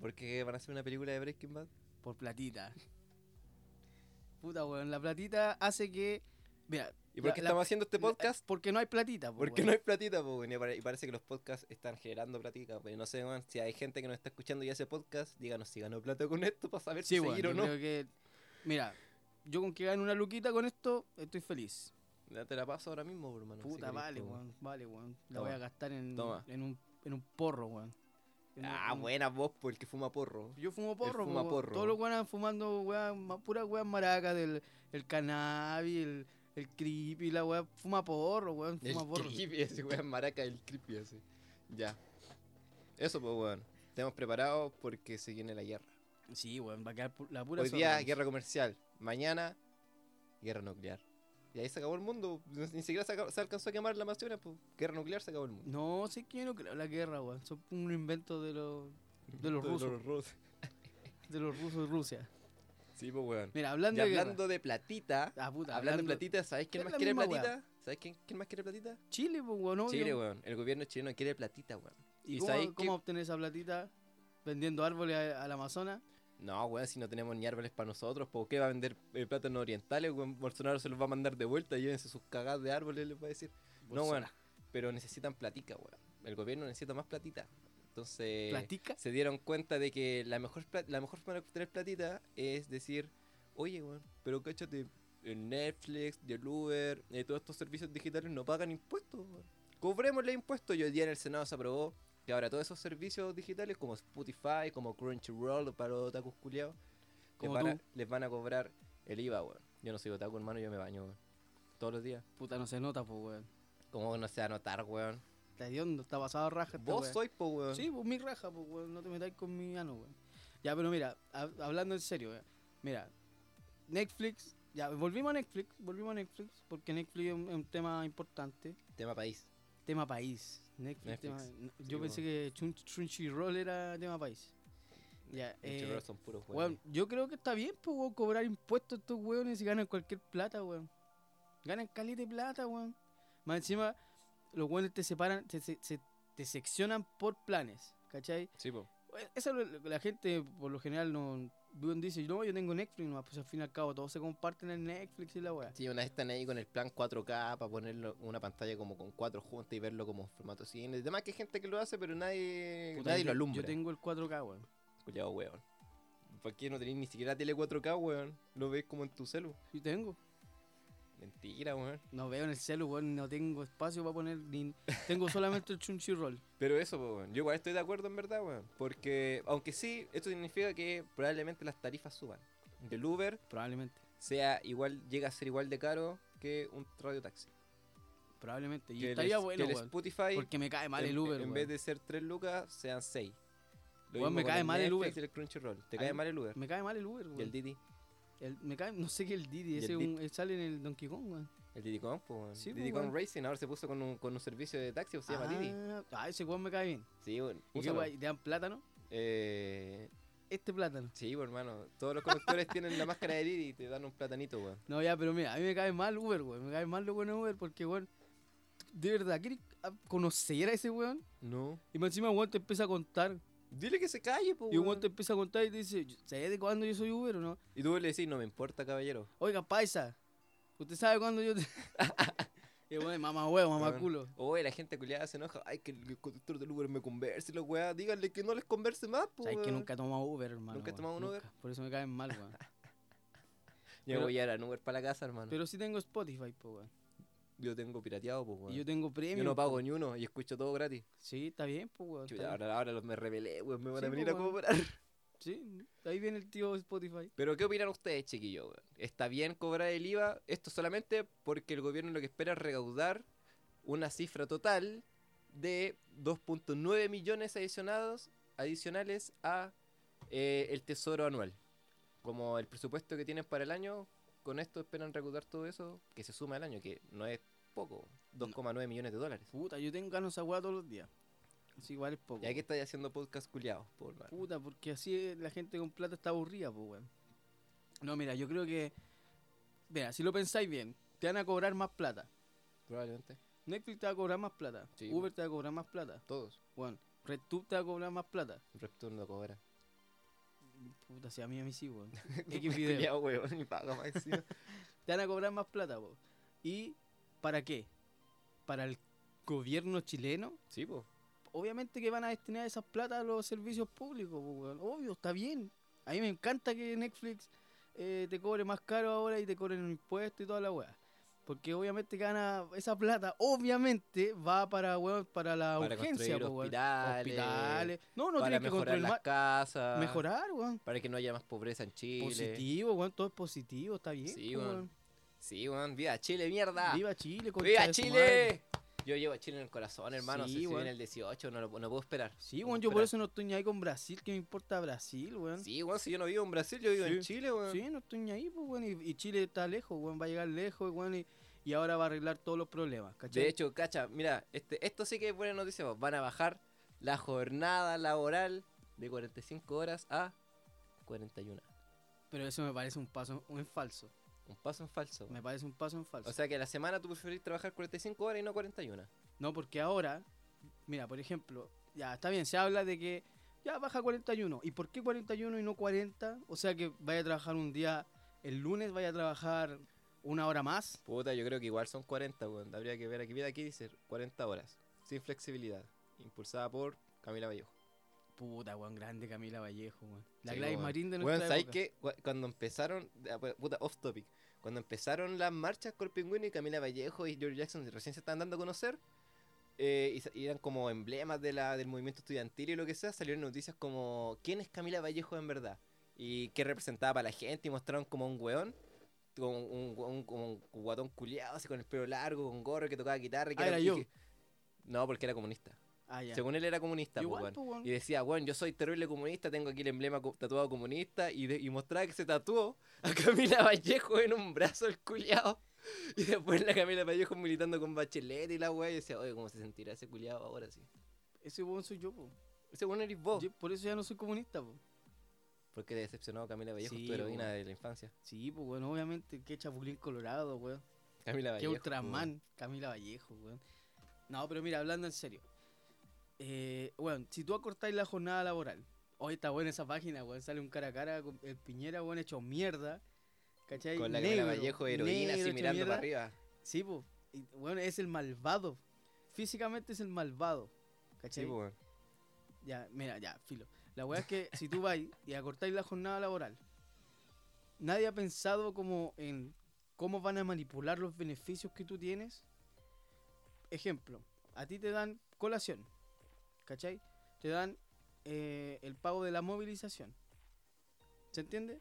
A: ¿Por qué van a hacer una película de Breaking Bad?
B: por platita. Puta, weón, la platita hace que... Mira,
A: ¿Y por qué
B: la- la-
A: estamos haciendo este podcast?
B: Porque no hay platita. po,
A: Porque
B: weón.
A: no hay platita, po, weón. Y pare- y parece que los podcasts están generando platica, pero no sé, weón, si hay gente que nos está escuchando y hace podcast, díganos si ganó plata con esto para saber
B: Sí,
A: si
B: bueno,
A: seguir
B: yo
A: o no.
B: creo que. Mira, yo con que gane una luquita con esto, estoy feliz.
A: Ya Te la paso ahora mismo, po, hermano. si
B: Puta,
A: querés,
B: vale,
A: po, weón.
B: weón, vale, weón. La
A: Toma.
B: voy a gastar en,
A: Toma.
B: en, un, en un porro, weón. En un-
A: Ah,
B: en un-
A: buena voz, por el que fuma porro.
B: Yo fumo porro, pues,
A: fuma
B: weón.
A: porro.
B: Todos los weones fumando, weón, ma- puras weón maracas del el cannabis, el, el creepy, la weón. Fuma porro, weón,
A: El
B: fuma porro.
A: creepy, ese weón maraca, el creepy ese. Ya. Eso, pues, weón. Estamos preparados porque se viene la guerra.
B: Sí, weón, va a quedar pu- la pura
A: Hoy día,
B: zorra.
A: guerra comercial. Mañana, guerra nuclear. Y ahí se acabó el mundo. pues, Ni ni siquiera se, acabó- se alcanzó a quemar la Amazonas, pues. Guerra nuclear se acabó el mundo.
B: No, sé que yo no creo en la guerra, weón. Son un invento de los, de los rusos, de los rusos de Rusia.
A: Sí, pues, weón.
B: Mira, hablando
A: Y
B: de guerra.
A: hablando de platita,
B: Ah, puta,
A: hablando de platita, ¿sabes quién
B: es
A: más
B: la
A: quiere
B: misma
A: platita? ¿Sabes quién, quién más quiere platita?
B: Chile, pues, weón. obvio.
A: Chile, weón. El gobierno chileno quiere platita, weón.
B: ¿Y,
A: ¿Y
B: cómo,
A: sabéis
B: cómo
A: qué?
B: obtener esa platita? ¿Vendiendo árboles a- al Amazonas?
A: No, weón, si no tenemos ni árboles para nosotros, ¿por qué va a vender eh, plátanos orientales? weón? Bolsonaro se los va a mandar de vuelta, llévense sus cagadas de árboles, les va a decir. No, weón, pero necesitan platica, weón. El gobierno necesita más platita. Entonces,
B: ¿Platica?
A: se dieron cuenta de que la mejor, pla- la mejor forma de obtener platita es decir, oye, weón, pero cáchate, el Netflix, el Uber, eh, todos estos servicios digitales no pagan impuestos, weón. Cobrémosle impuestos. Y hoy día en el Senado se aprobó que ahora todos esos servicios digitales como Spotify, como Crunchyroll, para los otakus culiados, les,
B: Como
A: van a-
B: tú.
A: les van a cobrar el IVA, weón. Yo no soy otaku, hermano, yo me baño, weón. Todos los días.
B: Puta, no se nota, pues, weón.
A: Como no se va a notar, weón.
B: Está hediondo, está pasado a raja. este esta
A: Vos
B: weá.
A: sois, po, weón.
B: Sí, pues mi raja, pues, weón. No te metáis con mi ano, weón. Ya, pero mira, hab- hablando en serio, weón. Mira, Netflix. Ya, volvimos a Netflix, volvimos a Netflix, porque Netflix es un, es un tema importante.
A: Tema país.
B: Tema país. Netflix, tema-
A: Netflix.
B: yo
A: Sí,
B: pensé que Chun- Crunchyroll era tema país. Ya, eh,
A: Crunchyroll son puros,
B: Weón,
A: weón.
B: yo creo que está bien, pues, weón, cobrar impuestos estos weones y ganan cualquier plata, weón. Ganan caleta de plata, weón. Más encima, los weones te separan, te, se- se- te seccionan por planes, ¿cachai?
A: Sí, po.
B: Weón, Eso es lo- lo- la gente, por lo general, no weón, dice, no, yo tengo Netflix, nomás, pues al fin y al cabo todos se comparten el Netflix y la weá.
A: Sí, una vez están ahí con el plan 4K para ponerlo una pantalla como con cuatro juntas y verlo como formato cine. Además que hay gente que lo hace, pero nadie,
B: Puta,
A: nadie
B: yo-
A: lo alumbra.
B: Yo tengo el 4K, weón.
A: Culiao, weón. ¿Por qué no tenés ni siquiera tele 4K, weón? Lo ves como en tu celu.
B: Yo tengo.
A: Mentira, weón.
B: No veo en el celu, weón, no tengo espacio para poner ni... Tengo solamente el Crunchyroll.
A: Pero eso, po, weón. Yo igual estoy de acuerdo en verdad, weón. Porque, aunque sí, esto significa que probablemente las tarifas suban. El Uber
B: Probablemente,
A: sea igual, llega a ser igual de caro que un radio taxi.
B: probablemente. Y
A: Que el
B: estaría
A: es- que
B: bueno,
A: el
B: weón.
A: Spotify
B: Porque me cae mal
A: en,
B: el Uber,
A: en
B: weón.
A: vez de ser 3 lucas, sean 6.
B: Weón, me cae mal el Uber.
A: El Crunchyroll. Te
B: A
A: cae
B: mí-
A: mal el Uber.
B: Me cae mal el Uber,
A: Y el
B: weón.
A: Didi.
B: El- me cae, no sé qué el
A: Y
B: Didi, ese
A: el
B: es
A: Didi.
B: un, él sale en el Donkey Kong, weón.
A: El Didi Con, po, weón.
B: Sí, po,
A: Didi Con
B: weón.
A: Racing ahora se puso con un, con un servicio de taxi, se llama Didi.
B: Ah, Ah, ese weón me cae bien.
A: Sí, weón.
B: ¿Y qué
A: úsalo.
B: weón? ¿Te dan plátano?
A: Eh,
B: Este plátano.
A: sí, po, hermano. Todos los conductores tienen la máscara de Didi y te dan un platanito, weón.
B: No, ya, pero mira, a mí me cae mal Uber, weón. Me cae mal lo bueno Uber porque, weón, de verdad, ¿quieres a- conocer a ese weón?
A: No.
B: Y más encima, weón, te empieza a contar.
A: Dile que se calle, po,
B: Y un weón
A: weón.
B: te empieza a contar y te dice, ¿sabes de cuándo yo soy Uber o no?
A: Y tú le decís, no me importa, caballero.
B: Oiga, paisa, ¿usted sabe cuándo yo te...? y bueno, mamá huevo, mamá
A: Weón.
B: culo.
A: Oye, la gente culiada se enoja. Ay, que el el conductor del Uber me converse, la weá. Díganle que no les converse más, po,
B: Sabes que
A: weón.
B: nunca he tomado Uber, hermano.
A: ¿Nunca has
B: weón,
A: tomado un Uber?
B: nunca. Por eso me caen mal, weón.
A: Yo
B: pero-
A: voy a ir a Uber para la casa, hermano.
B: Pero sí tengo Spotify, po, weón.
A: Yo tengo pirateado, pues,
B: Y
A: weón.
B: yo tengo
A: Yo,
B: premium.
A: no pago
B: po.
A: ni uno y escucho todo gratis.
B: Sí, está bien, pues, weón.
A: Chuta,
B: está bien.
A: ahora, ahora los me rebelé, weón. Me van
B: Sí,
A: a
B: po,
A: venir a
B: weón.
A: cobrar.
B: Sí, ahí viene el tío Spotify.
A: Pero, ¿qué opinan ustedes, chiquillos? weón? ¿Está bien cobrar el IVA? Esto solamente porque el gobierno lo que espera es recaudar una cifra total de 2.9 millones adicionados, adicionales a eh, el tesoro anual. como el presupuesto que tienen para el año, con esto esperan recaudar todo eso, que se suma al año, que no es poco, 2,9 millones de dólares.
B: Puta, yo tengo ganas de esa weá todos los días. Así igual es poco.
A: Y aquí estáis haciendo podcast culiados, por mano.
B: Puta, porque así eh, la gente con plata está aburrida, pues, weón. No, mira, yo creo que. Mira, si lo pensáis bien, te van a cobrar más plata.
A: Probablemente.
B: Netflix te va a cobrar más plata.
A: Sí,
B: Uber
A: weón.
B: te va a cobrar más plata.
A: Todos.
B: Bueno, RedTube te va a cobrar más plata.
A: Repturno no cobra.
B: Puta, si a mí a mí sí, weón. X video.
A: Culiao, weón, y paga más encima.
B: Te van a cobrar más plata, weón. ¿Y para qué? ¿Para el gobierno chileno?
A: sí, po.
B: Obviamente que van a destinar esas plata a los servicios públicos, po, weón. Obvio, está bien. A mí me encanta que Netflix eh, te cobre más caro ahora y te cobren un impuesto y toda la weá. Porque obviamente que van a- esa plata, obviamente, va para, weón, para la
A: Para
B: urgencia,
A: construir
B: po, weón.
A: hospitales,
B: Hospitales. No, no
A: para
B: tienes que
A: mejorar
B: construir
A: las
B: más.
A: casas.
B: Mejorar, weón.
A: Para que no haya más pobreza en Chile.
B: Positivo, weón. Todo es positivo, está bien.
A: Sí,
B: po,
A: weón. Sí, weón, viva Chile, mierda.
B: Viva Chile, concha
A: ¡Viva
B: de su madre.
A: Chile! Yo llevo a Chile en el corazón, hermano.
B: Sí,
A: si se
B: weón.
A: viene el 18, no, lo- no puedo esperar.
B: Sí,
A: No
B: weón, yo
A: puedo
B: por
A: esperar.
B: eso no estoy ni ahí con Brasil, que me importa Brasil, weón. Sí,
A: Sí, weón, si yo no vivo en Brasil, yo vivo
B: Sí.
A: en Chile, weón.
B: no estoy ni ahí, pues, weón. Y, y Chile está lejos, weón, va a llegar lejos, weón, y, y ahora va a arreglar todos los problemas, ¿cachai?
A: De hecho, cacha, mira, este, esto sí que es buena noticia. weón. Van a bajar la jornada laboral de 45 horas a 41.
B: Pero eso me parece un paso en falso.
A: Un paso en falso. weón.
B: Me parece un paso en falso.
A: O sea que a la semana tú preferís trabajar 45 horas y no 41.
B: no, porque ahora, mira, por ejemplo, ya está bien, se habla de que ya baja 41. ¿Y por qué 41 y no 40? O sea que vaya a trabajar un día, el lunes vaya a trabajar una hora más.
A: Puta, yo creo que igual son 40, weón. Habría que ver aquí. Mira, aquí dice 40 horas. Sin flexibilidad. Impulsada por Camila Vallejo.
B: Puta, weón, grande Camila Vallejo, weón. La
A: Sí,
B: Gladys
A: weón.
B: Marín de
A: Weón,
B: nuestra
A: ¿sabes
B: época.
A: qué? Cu- Cuando empezaron, ah, pu- puta, off topic, cuando empezaron las marchas con Pingüino y Camila Vallejo y George Jackson recién se estaban dando a conocer, eh, y sa- y eran como emblemas de la, del movimiento estudiantil y lo que sea, salieron noticias como ¿quién es Camila Vallejo en verdad? Y qué representaba para la gente y mostraron como un weón. Como un, un- como un guatón culiado, así con el pelo largo, con gorro que tocaba guitarra. y que
B: Ah, era
A: y
B: yo.
A: que- No, porque era comunista.
B: Ah, ya.
A: Según él era comunista, pues,
B: Igual,
A: weón.
B: pues, weón.
A: Y decía, bueno, yo soy terrible comunista, tengo aquí el emblema co- tatuado comunista. Y, de- y mostraba que se tatuó a Camila Vallejo en un brazo el culiao. Y después la Camila Vallejo militando con Bachelet y la weá. Y decía, oye, ¿cómo se sentirá ese culiao ahora sí?
B: Ese weón soy yo, po.
A: Ese bueno eres vos.
B: Yo por eso ya no soy comunista, po.
A: Porque decepcionó a Camila Vallejo,
B: Sí,
A: tu heroína
B: weón.
A: de la infancia.
B: Sí, pues, weón, obviamente, que Chapulín Colorado, weón.
A: Camila
B: Que
A: Vallejo.
B: Ultraman, Camila Vallejo, weón. No, pero mira, hablando en serio. Eh, weón, si tú acortáis la jornada laboral, hoy está buena esa página, weón. Sale un cara a cara con el Piñera, weón, hecho mierda. ¿Cachai?
A: weón. Con la
B: Negro,
A: Camila Vallejo heroína,
B: negro,
A: así
B: hecho
A: mirando
B: mierda.
A: para arriba.
B: Sí, po. Y, weón, es el malvado. Físicamente es el malvado.
A: Sí,
B: ¿Cachai?
A: pues, weón.
B: Ya, mira, ya, filo. La weá es que si tú vas y acortáis la jornada laboral, nadie ha pensado como en cómo van a manipular los beneficios que tú tienes. Ejemplo, a ti te dan colación, ¿cachai? Te dan eh, el pago de la movilización. ¿Se entiende?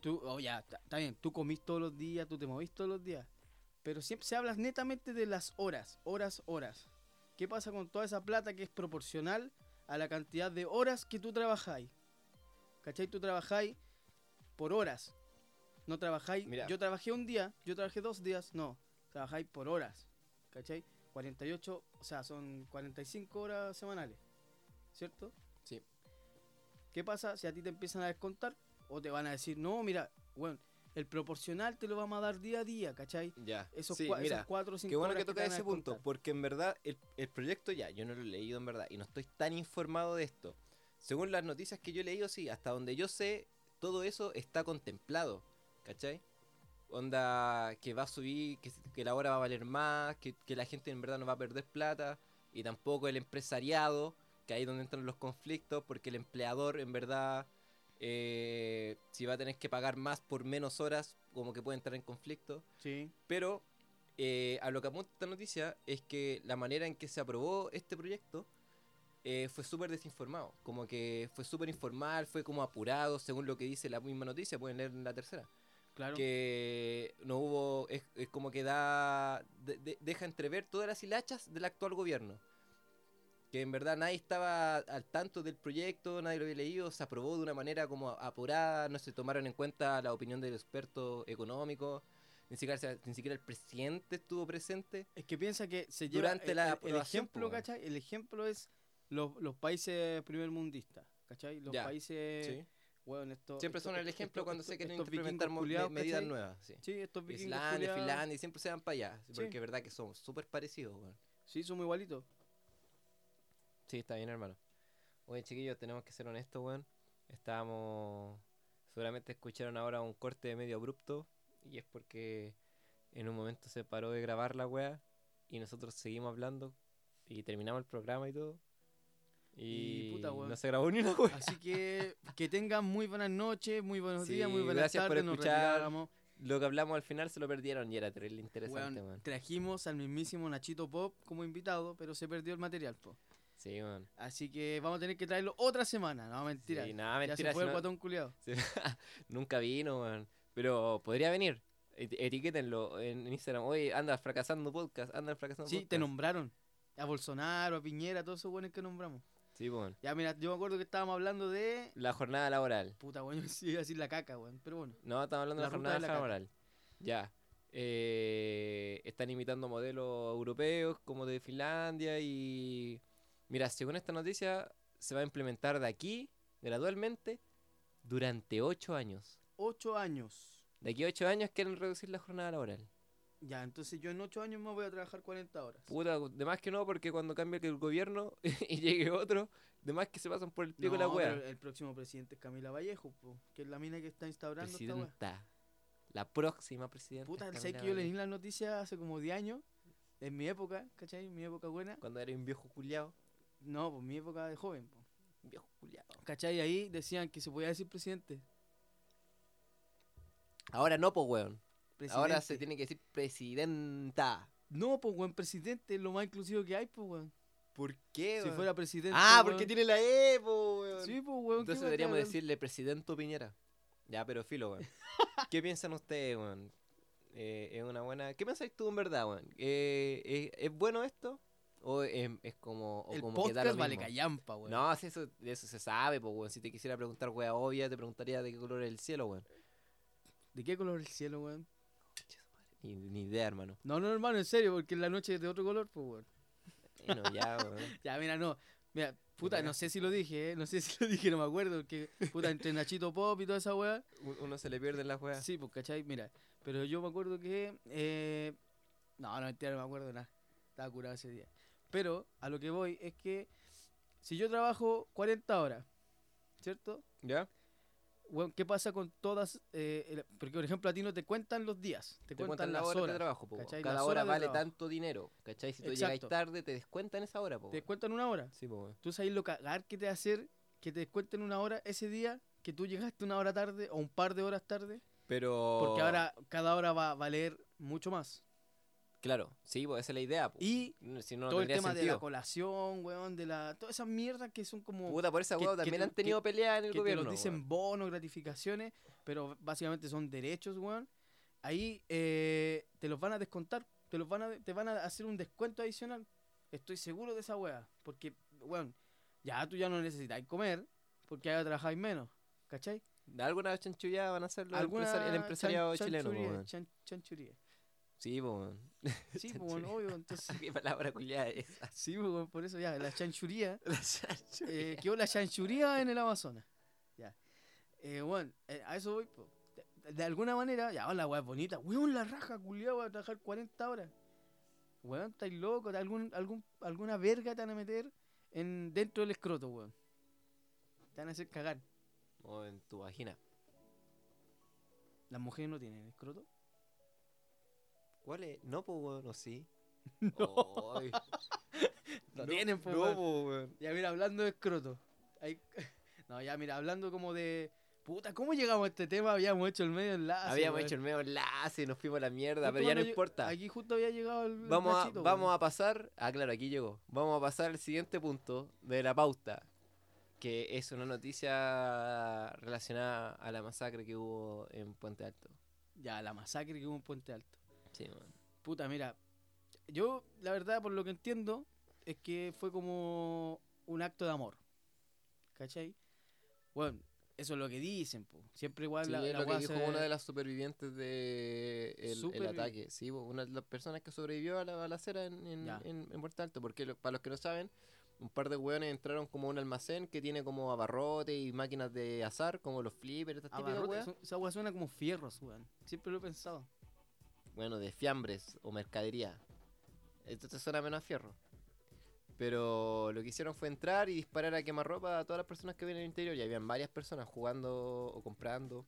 B: Tú, oh, ya, está está bien, tú comís todos los días, tú te movís todos los días. Pero siempre se habla netamente de las horas, horas, horas. ¿Qué pasa con toda esa plata que es proporcional a la cantidad de horas que tú trabajáis. ¿Cachai? Tú trabajáis por horas. No trabajáis.
A: Mira.
B: Yo trabajé un día, yo trabajé dos días. No, trabajáis por horas. ¿Cachai? 48, o sea, son 45 horas semanales. ¿Cierto?
A: Sí.
B: ¿Qué pasa si a ti te empiezan a descontar? O te van a decir, no, mira, bueno, el proporcional te lo vamos a dar día a día, ¿cachai?
A: Ya.
B: Esos,
A: sí,
B: cua-
A: mira.
B: esas cuatro o cinco
A: Qué bueno
B: horas
A: que
B: te
A: toca
B: van a
A: ese punto,
B: descontar.
A: porque en verdad el, el proyecto ya, yo no lo he leído en verdad y no estoy tan informado de esto. Según las noticias que yo he leído, sí, hasta donde yo sé, todo eso está contemplado, ¿cachai? Onda que va a subir, que, s- que la hora va a valer más, que, que la gente en verdad no va a perder plata y tampoco el empresariado, que ahí es donde entran los conflictos, porque el empleador en verdad, eh, si va a tener que pagar más por menos horas, como que puede entrar en conflicto.
B: Sí.
A: Pero eh, a lo que apunta esta noticia es que la manera en que se aprobó este proyecto eh, fue súper desinformado. Como que fue súper informal, fue como apurado, según lo que dice la misma noticia, pueden leer en la tercera.
B: Claro.
A: Que no hubo, es, es como que da, de- de- deja entrever todas las hilachas del actual gobierno. que en verdad nadie estaba al tanto del proyecto, nadie lo había leído, se aprobó de una manera como apurada, no se tomaron en cuenta la opinión del experto económico, ni siquiera, se- ni siquiera el presidente estuvo presente.
B: Es que piensa que se lleva
A: Durante
B: el-
A: la
B: el- el,
A: aprobación,
B: ejemplo,
A: po, weón.
B: ¿cachai? El ejemplo es los, los países primermundistas, ¿cachai? Los
A: Ya,
B: países,
A: Sí.
B: weón, Eh, esto-
A: Siempre
B: esto-
A: son el
B: esto-
A: ejemplo
B: esto-
A: cuando se
B: esto-
A: quieren
B: estos
A: implementar
B: vikingos
A: mo-
B: culiaos,
A: medidas
B: ¿cachai?
A: nuevas. Sí.
B: Sí, estos vikingos
A: Islandia,
B: culiaos,
A: Finlandia, y siempre se van para allá,
B: Sí.
A: porque es verdad que son súper parecidos. weón.
B: Sí, son muy igualitos.
A: Sí, está bien, hermano. Oye, chiquillos, tenemos que ser honestos, weón. Estábamos. Seguramente escucharon ahora un corte medio abrupto. Y es porque en un momento se paró de grabar la weá. Y nosotros seguimos hablando. Y terminamos el programa y todo. Y,
B: Y puta, weón.
A: no se grabó ni una weá.
B: Así que que tengan muy buenas noches, muy buenos días, muy
A: Sí,
B: buenas
A: gracias por
B: tardes. nos
A: escuchar.
B: retiramos.
A: Lo que hablamos al final se lo perdieron y era terrible interesante,
B: Weón,
A: weón.
B: trajimos al mismísimo Nachito Pop como invitado, pero se perdió el material, po.
A: Sí, weón.
B: Así que vamos a tener que traerlo otra semana, no mentira.
A: Sí, nada,
B: ya
A: mentira.
B: se
A: si
B: fue el
A: no-
B: guatón culiado.
A: Sí, Nunca vino, weón. Pero podría venir. Et- Etiquétenlo en Instagram. Oye, anda fracasando podcast, anda fracasando
B: Sí,
A: podcast.
B: te nombraron. A Bolsonaro, a Piñera, a todos esos buenos que nombramos.
A: Sí, po, weón.
B: Ya, mira, yo me acuerdo que estábamos hablando de.
A: La jornada laboral.
B: Puta, bueno, sí, iba a decir la caca, weón. Pero bueno,
A: No, estamos hablando
B: La
A: de la
B: ruta
A: jornada
B: de la caca.
A: laboral. Ya. Eh, están imitando modelos europeos como de Finlandia y... Mira, según esta noticia, se va a implementar de aquí, gradualmente, durante ocho años.
B: ocho años.
A: De aquí a ocho años quieren reducir la jornada laboral.
B: Ya, entonces yo en ocho años más voy a trabajar 40 horas.
A: Puta, de más que no, porque cuando cambie el gobierno y llegue otro, de más que se pasan por el pico
B: No,
A: la wea.
B: pero el próximo presidente es Camila Vallejo, po, que es la mina que está instaurando esta wea.
A: Presidenta. La próxima presidenta.
B: Puta,
A: Camila
B: ¿sabes que yo leí
A: Vallejo.
B: las noticias hace como 10 años? En mi época, ¿cachai? Mi época buena.
A: Cuando era un viejo culiao.
B: No, pues mi época de joven, po.
A: Un viejo culiao.
B: ¿cachai? Ahí decían que se podía decir presidente.
A: Ahora no, po weón. Ahora se
B: Presidente.
A: tiene que decir presidenta.
B: No, pues, weón, presidente es lo más inclusivo que hay, pues, weón.
A: ¿Por qué,
B: Si fuera presidente.
A: Ah, porque
B: weón.
A: tiene la E, po weón.
B: Sí, pues, weón. ¿qué
A: Entonces
B: más
A: deberíamos
B: te hablan?
A: decirle presidente Piñera. Ya, pero filo, weón. ¿Qué piensan ustedes, weón? Eh, es una buena. ¿Qué pensáis tú en verdad, weón? Eh, eh, ¿Es bueno esto? ¿O es, es como, o
B: El
A: como que da lo
B: podcast vale
A: mismo?
B: callampa, weón.
A: No, si eso, de eso se sabe, pues, weón. Si te quisiera preguntar, weón, obvia, te preguntaría de qué color es el cielo, weón.
B: ¿De qué color es el cielo, weón?
A: Ni, ni idea, hermano.
B: No, no, hermano, en serio, porque en la noche es de otro color, pues, weón.
A: Bueno, ya, weón.
B: Ya, mira, no. Mira, puta, no sé si lo dije, ¿eh? No sé si lo dije, no me acuerdo. Que, puta, entre Nachito Pop y toda esa weá.
A: U- Uno se le pierde en las weas.
B: Sí, pues, ¿cachai? Mira, pero yo me acuerdo que... eh, No, no, mentira, no me acuerdo nada. Estaba curado ese día. Pero a lo que voy es que si yo trabajo 40 horas, ¿cierto?
A: ¿Ya?
B: Weón, ¿qué pasa con todas? eh, el- porque, por ejemplo, a ti no te cuentan los días, te,
A: Te cuentan la
B: las
A: hora de
B: horas.
A: trabajo, po, weón.
B: ¿cachai?
A: Cada
B: Las
A: hora
B: horas de
A: vale
B: trabajo.
A: tanto dinero, ¿cachai? Si tú
B: Exacto.
A: llegáis tarde, te descuentan esa hora, po.
B: Te
A: weón.
B: cuentan una hora.
A: Sí, po, weón.
B: ¿Tú sabes lo cagar que te va a hacer que te descuenten una hora ese día que tú llegaste una hora tarde o un par de horas tarde?
A: Pero.
B: Porque ahora cada hora va a valer mucho más.
A: Claro, sí, pues esa es la idea. po.
B: Y
A: No, si no, no
B: todo el
A: tendría
B: tema de la
A: sentido.
B: colación, weón, de la... Todas esas mierdas que son como...
A: Puta, por esa
B: que-
A: hueá
B: que
A: también
B: te-
A: han tenido pelea en el
B: que
A: gobierno.
B: te los
A: weón.
B: dicen bonos, gratificaciones, pero básicamente son derechos, weón. Ahí eh, te los van a descontar, te los van a, te van a hacer un descuento adicional. Estoy seguro de esa weá, porque, weón, ya tú ya no necesitas comer, porque ahora trabajáis menos, ¿cachai?
A: Alguna chanchullada van a hacer los empresari- el empresariado
B: chan-
A: chileno. po,
B: chanchuría,
A: weón.
B: chan- chanchuría.
A: Sí, po, weón.
B: Sí, pues, weón,
A: Chanchuría.
B: obvio, entonces...
A: ¿Qué palabra culiada es esa?
B: Sí, pues, weón, por eso ya, la chanchuría...
A: La chanchullada.
B: eh, quedó la chanchuría en el Amazonas. Ya. Eh, bueno, eh, a eso voy. po. De, de alguna manera, ya, oh, la weá es bonita. Weón, la raja, culiao, voy a trabajar 40 horas. Weón, estáis loco. Algún, algún, alguna verga te van a meter en, dentro del escroto, weón. Te van a hacer cagar.
A: O Oh, en tu vagina.
B: Las mujeres no tienen escroto.
A: ¿Cuál es? No, po, weón, o sí. Ay.
B: No tienen, po,
A: no,
B: weón.
A: po, weón.
B: Ya, mira, hablando de escroto. Ahí- no, ya, mira, hablando como de. Puta, ¿cómo llegamos a este tema? Habíamos hecho el medio enlace.
A: Habíamos
B: weón.
A: hecho el medio enlace, nos fuimos a la mierda,
B: Justo
A: pero ya no
B: cuando yo-
A: importa.
B: Aquí justo había llegado el. el
A: Vamos a,
B: Nachito,
A: vamos
B: weón.
A: a pasar. Ah, claro, aquí llegó. Vamos a pasar al siguiente punto de la pauta. Que es una noticia relacionada a la masacre que hubo en Puente Alto.
B: Ya, la masacre que hubo en Puente Alto.
A: Sí, man.
B: Puta, mira, yo, la verdad, por lo que entiendo, es que fue como un acto de amor. ¿Cachai? Bueno, eso es lo que dicen, po. Siempre igual
A: Sí,
B: la,
A: es
B: la
A: lo que
B: weá
A: dijo
B: se-
A: una de las supervivientes de el- el,
B: Supervi-
A: ataque. Sí, bo, una de las personas que sobrevivió a la balacera en, en,
B: Ya.
A: en- en Puerto Alto. Porque lo- para los que no saben, un par de hueones entraron como a un almacén que tiene como abarrotes y máquinas de azar, como los flippers, estas típicas
B: abarrotes,
A: weas.
B: son- Esa weá suena como fierros, weón. Siempre lo he pensado.
A: bueno, de fiambres o mercadería. Esto te suena menos a fierro. Pero lo que hicieron fue entrar y disparar a quemarropa a todas las personas que habían en el interior. Y habían varias personas jugando o comprando.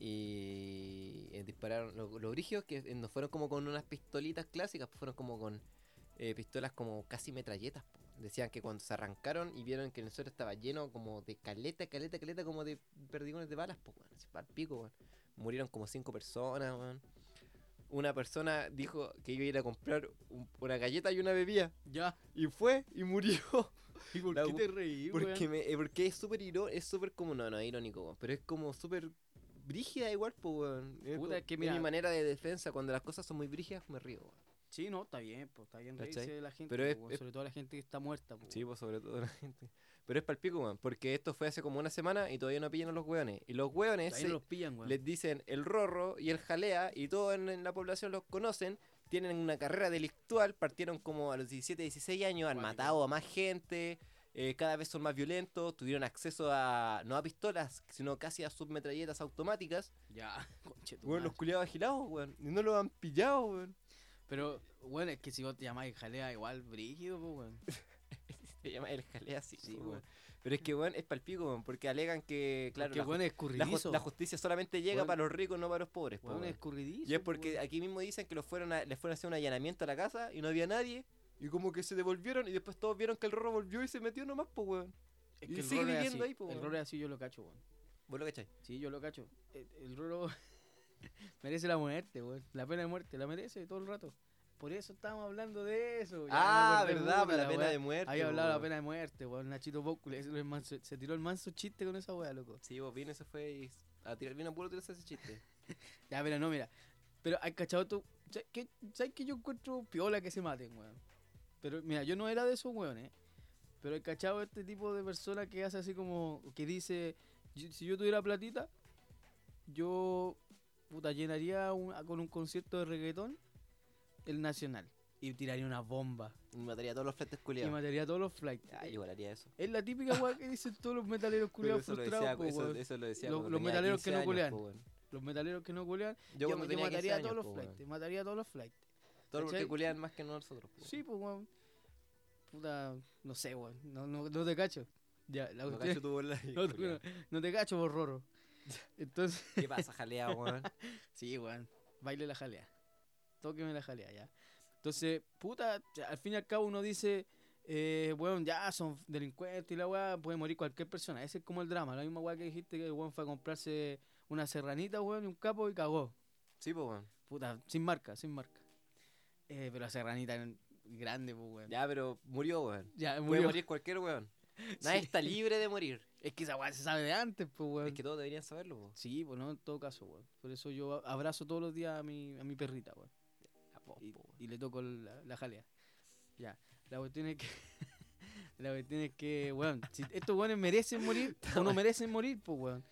A: Y eh, dispararon. Los lo brígidos que eh, no fueron como con unas pistolitas clásicas, pues, fueron como con eh, pistolas como casi metralletas. po. Decían que cuando se arrancaron y vieron que el suelo estaba lleno como de caleta, caleta, caleta, como de perdigones de balas, pues, weón. Así, pa'l pico, weón. Murieron como cinco personas, weón una persona dijo que iba a ir a comprar un- una galleta y una bebida.
B: Ya.
A: Y fue y murió.
B: ¿Y por
A: La
B: qué
A: bu-
B: te reí, weón?
A: Porque, me- eh, porque es súper irónico. Es súper como. No, no es irónico, weón, Pero es como súper brígida igual, pues, weón. Es
B: Puta,
A: como-
B: es que
A: es
B: mira-
A: mi manera de defensa. Cuando las cosas son muy brígidas, me río, weón.
B: Sí, no, está bien, pues está bien
A: ¿Cachai?
B: reírse de la gente,
A: Pero es-
B: po,
A: es-
B: sobre todo la gente que está muerta, po.
A: Sí, pues, sobre todo la gente. Pero es palpico, weón. Porque esto fue hace como una semana y todavía no pillan a los weones. Y los weones.
B: Ahí
A: se-
B: no los pillan, weón.
A: Les dicen el rorro y el jalea y todos en, en la población los conocen. Tienen una carrera delictual, partieron como a los 17, 16 años, han
B: Cuático.
A: matado a más gente, eh, cada vez son más violentos, tuvieron acceso a, no a pistolas, sino casi a submetralletas automáticas. Ah.
B: Ya, conche tu
A: Weón, los
B: madre.
A: culiados agilados, weón, y no los han pillado, weón.
B: Pero, bueno, es que si vos te llamáis jalea igual, brígido, po, weón.
A: Se llama el jalea, sí,
B: Sí,
A: po,
B: weón.
A: weón. Pero es que, weón, es palpico, weón, porque alegan que, claro,
B: Porque,
A: la, ju-
B: weón, es
A: la ju-
B: escurridizo.
A: la justicia solamente llega
B: Weón.
A: para los ricos, no para los pobres, po,
B: Weón, es
A: weón.
B: escurridizo.
A: Y pues. es
B: po,
A: porque
B: weón.
A: aquí mismo dicen que los fueron a- les fueron a hacer un allanamiento a la casa y no había nadie. Y como que se devolvieron y después todos vieron que el rorro volvió y se metió nomás, pues, weón.
B: Es
A: y
B: que el
A: sigue
B: rolo es
A: viviendo
B: así,
A: ahí, po,
B: El
A: weón.
B: rolo es así, yo lo cacho, weón.
A: ¿Vos lo cachai?
B: Sí, yo lo cacho. El, el rolo merece la muerte, weón. La pena de muerte, la merece todo el rato. Por eso estábamos hablando de eso. ya me
A: ah,
B: acordé,
A: verdad,
B: puta,
A: por la pena
B: weá.
A: de muerte.
B: Había
A: po,
B: hablado de la
A: weón.
B: pena de muerte, weón. Nachito Bócule, ese lo es manso- se tiró el manso chiste con esa weá, loco.
A: Sí, vos vino, se fue y a tirar, vino a puro tirarse ese chiste.
B: Ya, pero no, mira. Pero hay cachado tú. ¿Sabes qué? ¿Sabes qué? Yo encuentro piola que se maten, weón. Pero mira, yo no era de esos weones. Pero he cachado este tipo de persona que hace así como. que dice. "Yo- Si yo tuviera platita, yo. puta, llenaría un- con un concierto de reggaetón el nacional. Y tiraría una bomba.
A: Y mataría a todos los fletes
B: Y
A: culiados.
B: mataría a todos los flights.
A: Ah, igual haría eso.
B: Es la típica weá que dicen todos los metaleros
A: Pero
B: culiados
A: eso, lo
B: frustrados,
A: decía,
B: po,
A: eso,
B: weón.
A: eso lo decía
B: Lo-
A: cuando
B: los
A: tenía
B: metaleros
A: 15
B: que no
A: años, po,
B: culean.
A: weón.
B: Los metaleros que no culean.
A: Yo
B: Yo,
A: cuando
B: yo
A: tenía 15
B: mataría a
A: años,
B: todos
A: po,
B: los
A: weón.
B: flights. Mataría a todos los flights.
A: Todos los
B: ¿Cachai?
A: que culean más que nosotros, po,
B: Sí, pues, weón. Puta, no sé, weón. No, no, no te cacho. Ya, la
A: weón. No
B: cuestión-
A: cacho tu bola.
B: no, te- no te cacho, por roro. Entonces,
A: ¿Qué pasa, jalea, weón?
B: sí, weón. Baile la jalea. Tóqueme la jalea, ya. Entonces, puta, ya, al fin y al cabo uno dice, eh, weón, ya son delincuentes y la weá, puede morir cualquier persona. Ese es como el drama. La misma weá que dijiste que el weón fue a comprarse una serranita, weón, y un capo y cagó.
A: Sí, pues, weón.
B: Puta, sin marca, sin marca. Eh, pero la serranita era grande, pues, weón.
A: Ya, pero murió, weón.
B: ya
A: Puede
B: murió.
A: morir cualquier weón. Nadie
B: Sí.
A: está libre de morir.
B: Es que esa weá se sabe de antes, pues, weón.
A: Es que todos deberían saberlo, po.
B: Sí, pues no, en todo caso, weón. Por eso yo a- abrazo todos los días a mi, a mi perrita, weón.
A: A vos,
B: Y,
A: Oh, po, weón.
B: y le toco la, la jalea. Ya. La cuestión es que. la cuestión es que, weón. Si estos weones merecen morir o no merecen morir, pues, weón.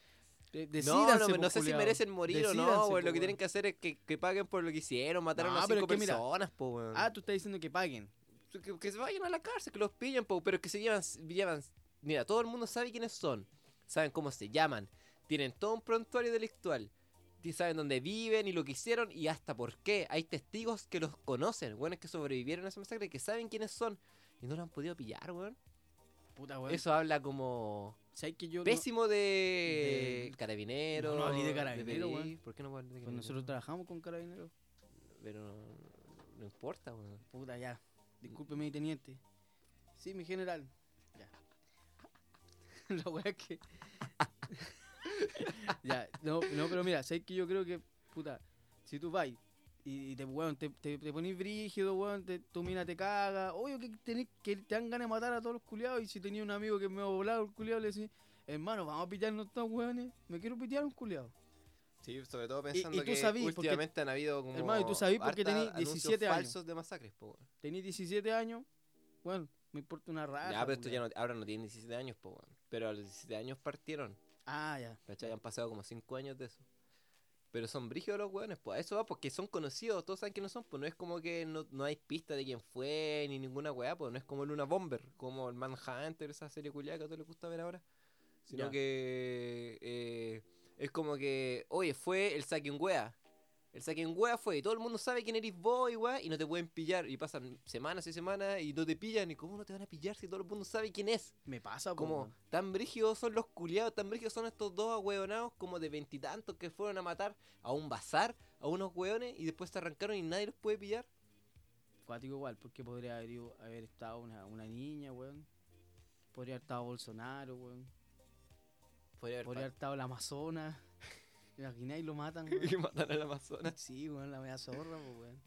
B: De-
A: no,
B: decídanse,
A: no,
B: pues,
A: no sé si
B: culiao.
A: merecen morir o
B: Decídanse,
A: no, pues, weón.
B: po,
A: Lo que tienen
B: weón.
A: que hacer es que, que paguen por lo que hicieron. Mataron
B: No,
A: a
B: pero
A: cinco
B: es que mira-
A: personas, po, weón.
B: Ah, tú estás diciendo que paguen.
A: que, que se vayan a la cárcel, que los pillen, po, pero que se llevan, llevan. Mira, todo el mundo sabe quiénes son. Saben cómo se llaman. Tienen todo un prontuario delictual. Y saben dónde viven y lo que hicieron y hasta por qué. Hay testigos que los conocen, weones que sobrevivieron a esa masacre, que saben quiénes son. Y no lo han podido pillar, weón.
B: Puta, weón.
A: Eso habla como.
B: ¿Sabes que yo. no-
A: Pésimo de,
B: de-
A: carabinero.
B: No, no hablé de carabinero,
A: carabinero,
B: weón.
A: ¿Por qué no puedo hablar de
B: pues
A: carabinero?
B: nosotros trabajamos con carabineros.
A: Pero no, no importa, weón.
B: Puta, ya. Discúlpeme, mi teniente. Sí, mi general. Ya. La weá es que. ya, no, no, pero mira, sabes que yo creo que, puta, si tú vas y, y te, weón, te, te, te ponís brígido, weón, te, tu mina te caga. Obvio que, tenés, que te dan ganas de matar a todos los culiados. Y si tenías un amigo que me ha volado el culiado, le decís, hermano, vamos a pitearnos todos, weones. Me quiero pitear un culiado.
A: Sí, sobre todo
B: pensando y tú que sabí, porque- últimamente
A: han habido como.
B: Hermano, y tú sabí porque
A: harta
B: tenés
A: anuncios
B: 17 años.
A: falsos de masacres, po, weón.
B: Tenís 17 años Bueno, me importa una raja.
A: Ya, pero esto
B: culiao.
A: ya no, ahora no tienen 17 años, po, weón. Pero a los 17 años partieron.
B: Ah, ya.
A: ¿Cachai? Han pasado como 5 años de eso. Pero son brígidos los weones, pues. A eso va porque son conocidos. Todos saben que no son, pues. No es como que no, no hay pista de quién fue ni ninguna weá, pues. No es como Luna Bomber, como el Manhunter, esa serie culiada que a todos les gusta ver ahora. Sino
B: Ya.
A: que. eh, es como que. Oye, fue el Saquen Wea. El Saquen Wea fue. Y todo el mundo sabe quién eres vos y weá. Y no te pueden pillar. Y pasan semanas y semanas y no te pillan. ¿Y cómo no te van a pillar si todo el mundo sabe quién es?
B: Me pasa, po,
A: Como
B: Ah, pues, weón.
A: tan brígidos son los culiados, tan brígidos son estos dos hueonados como de veintitantos que fueron a matar a un bazar, a unos hueones y después se arrancaron y nadie los puede pillar.
B: Cuático igual, porque podría haber, ido- haber estado una, una niña, weón. Podría haber estado Bolsonaro, weón.
A: Podría haber
B: Podría haber estado la Amazona. Imagináis lo matan,
A: pa- y
B: weón.
A: matar al Amazonas.
B: sí, weón, la media zorra, po, weón.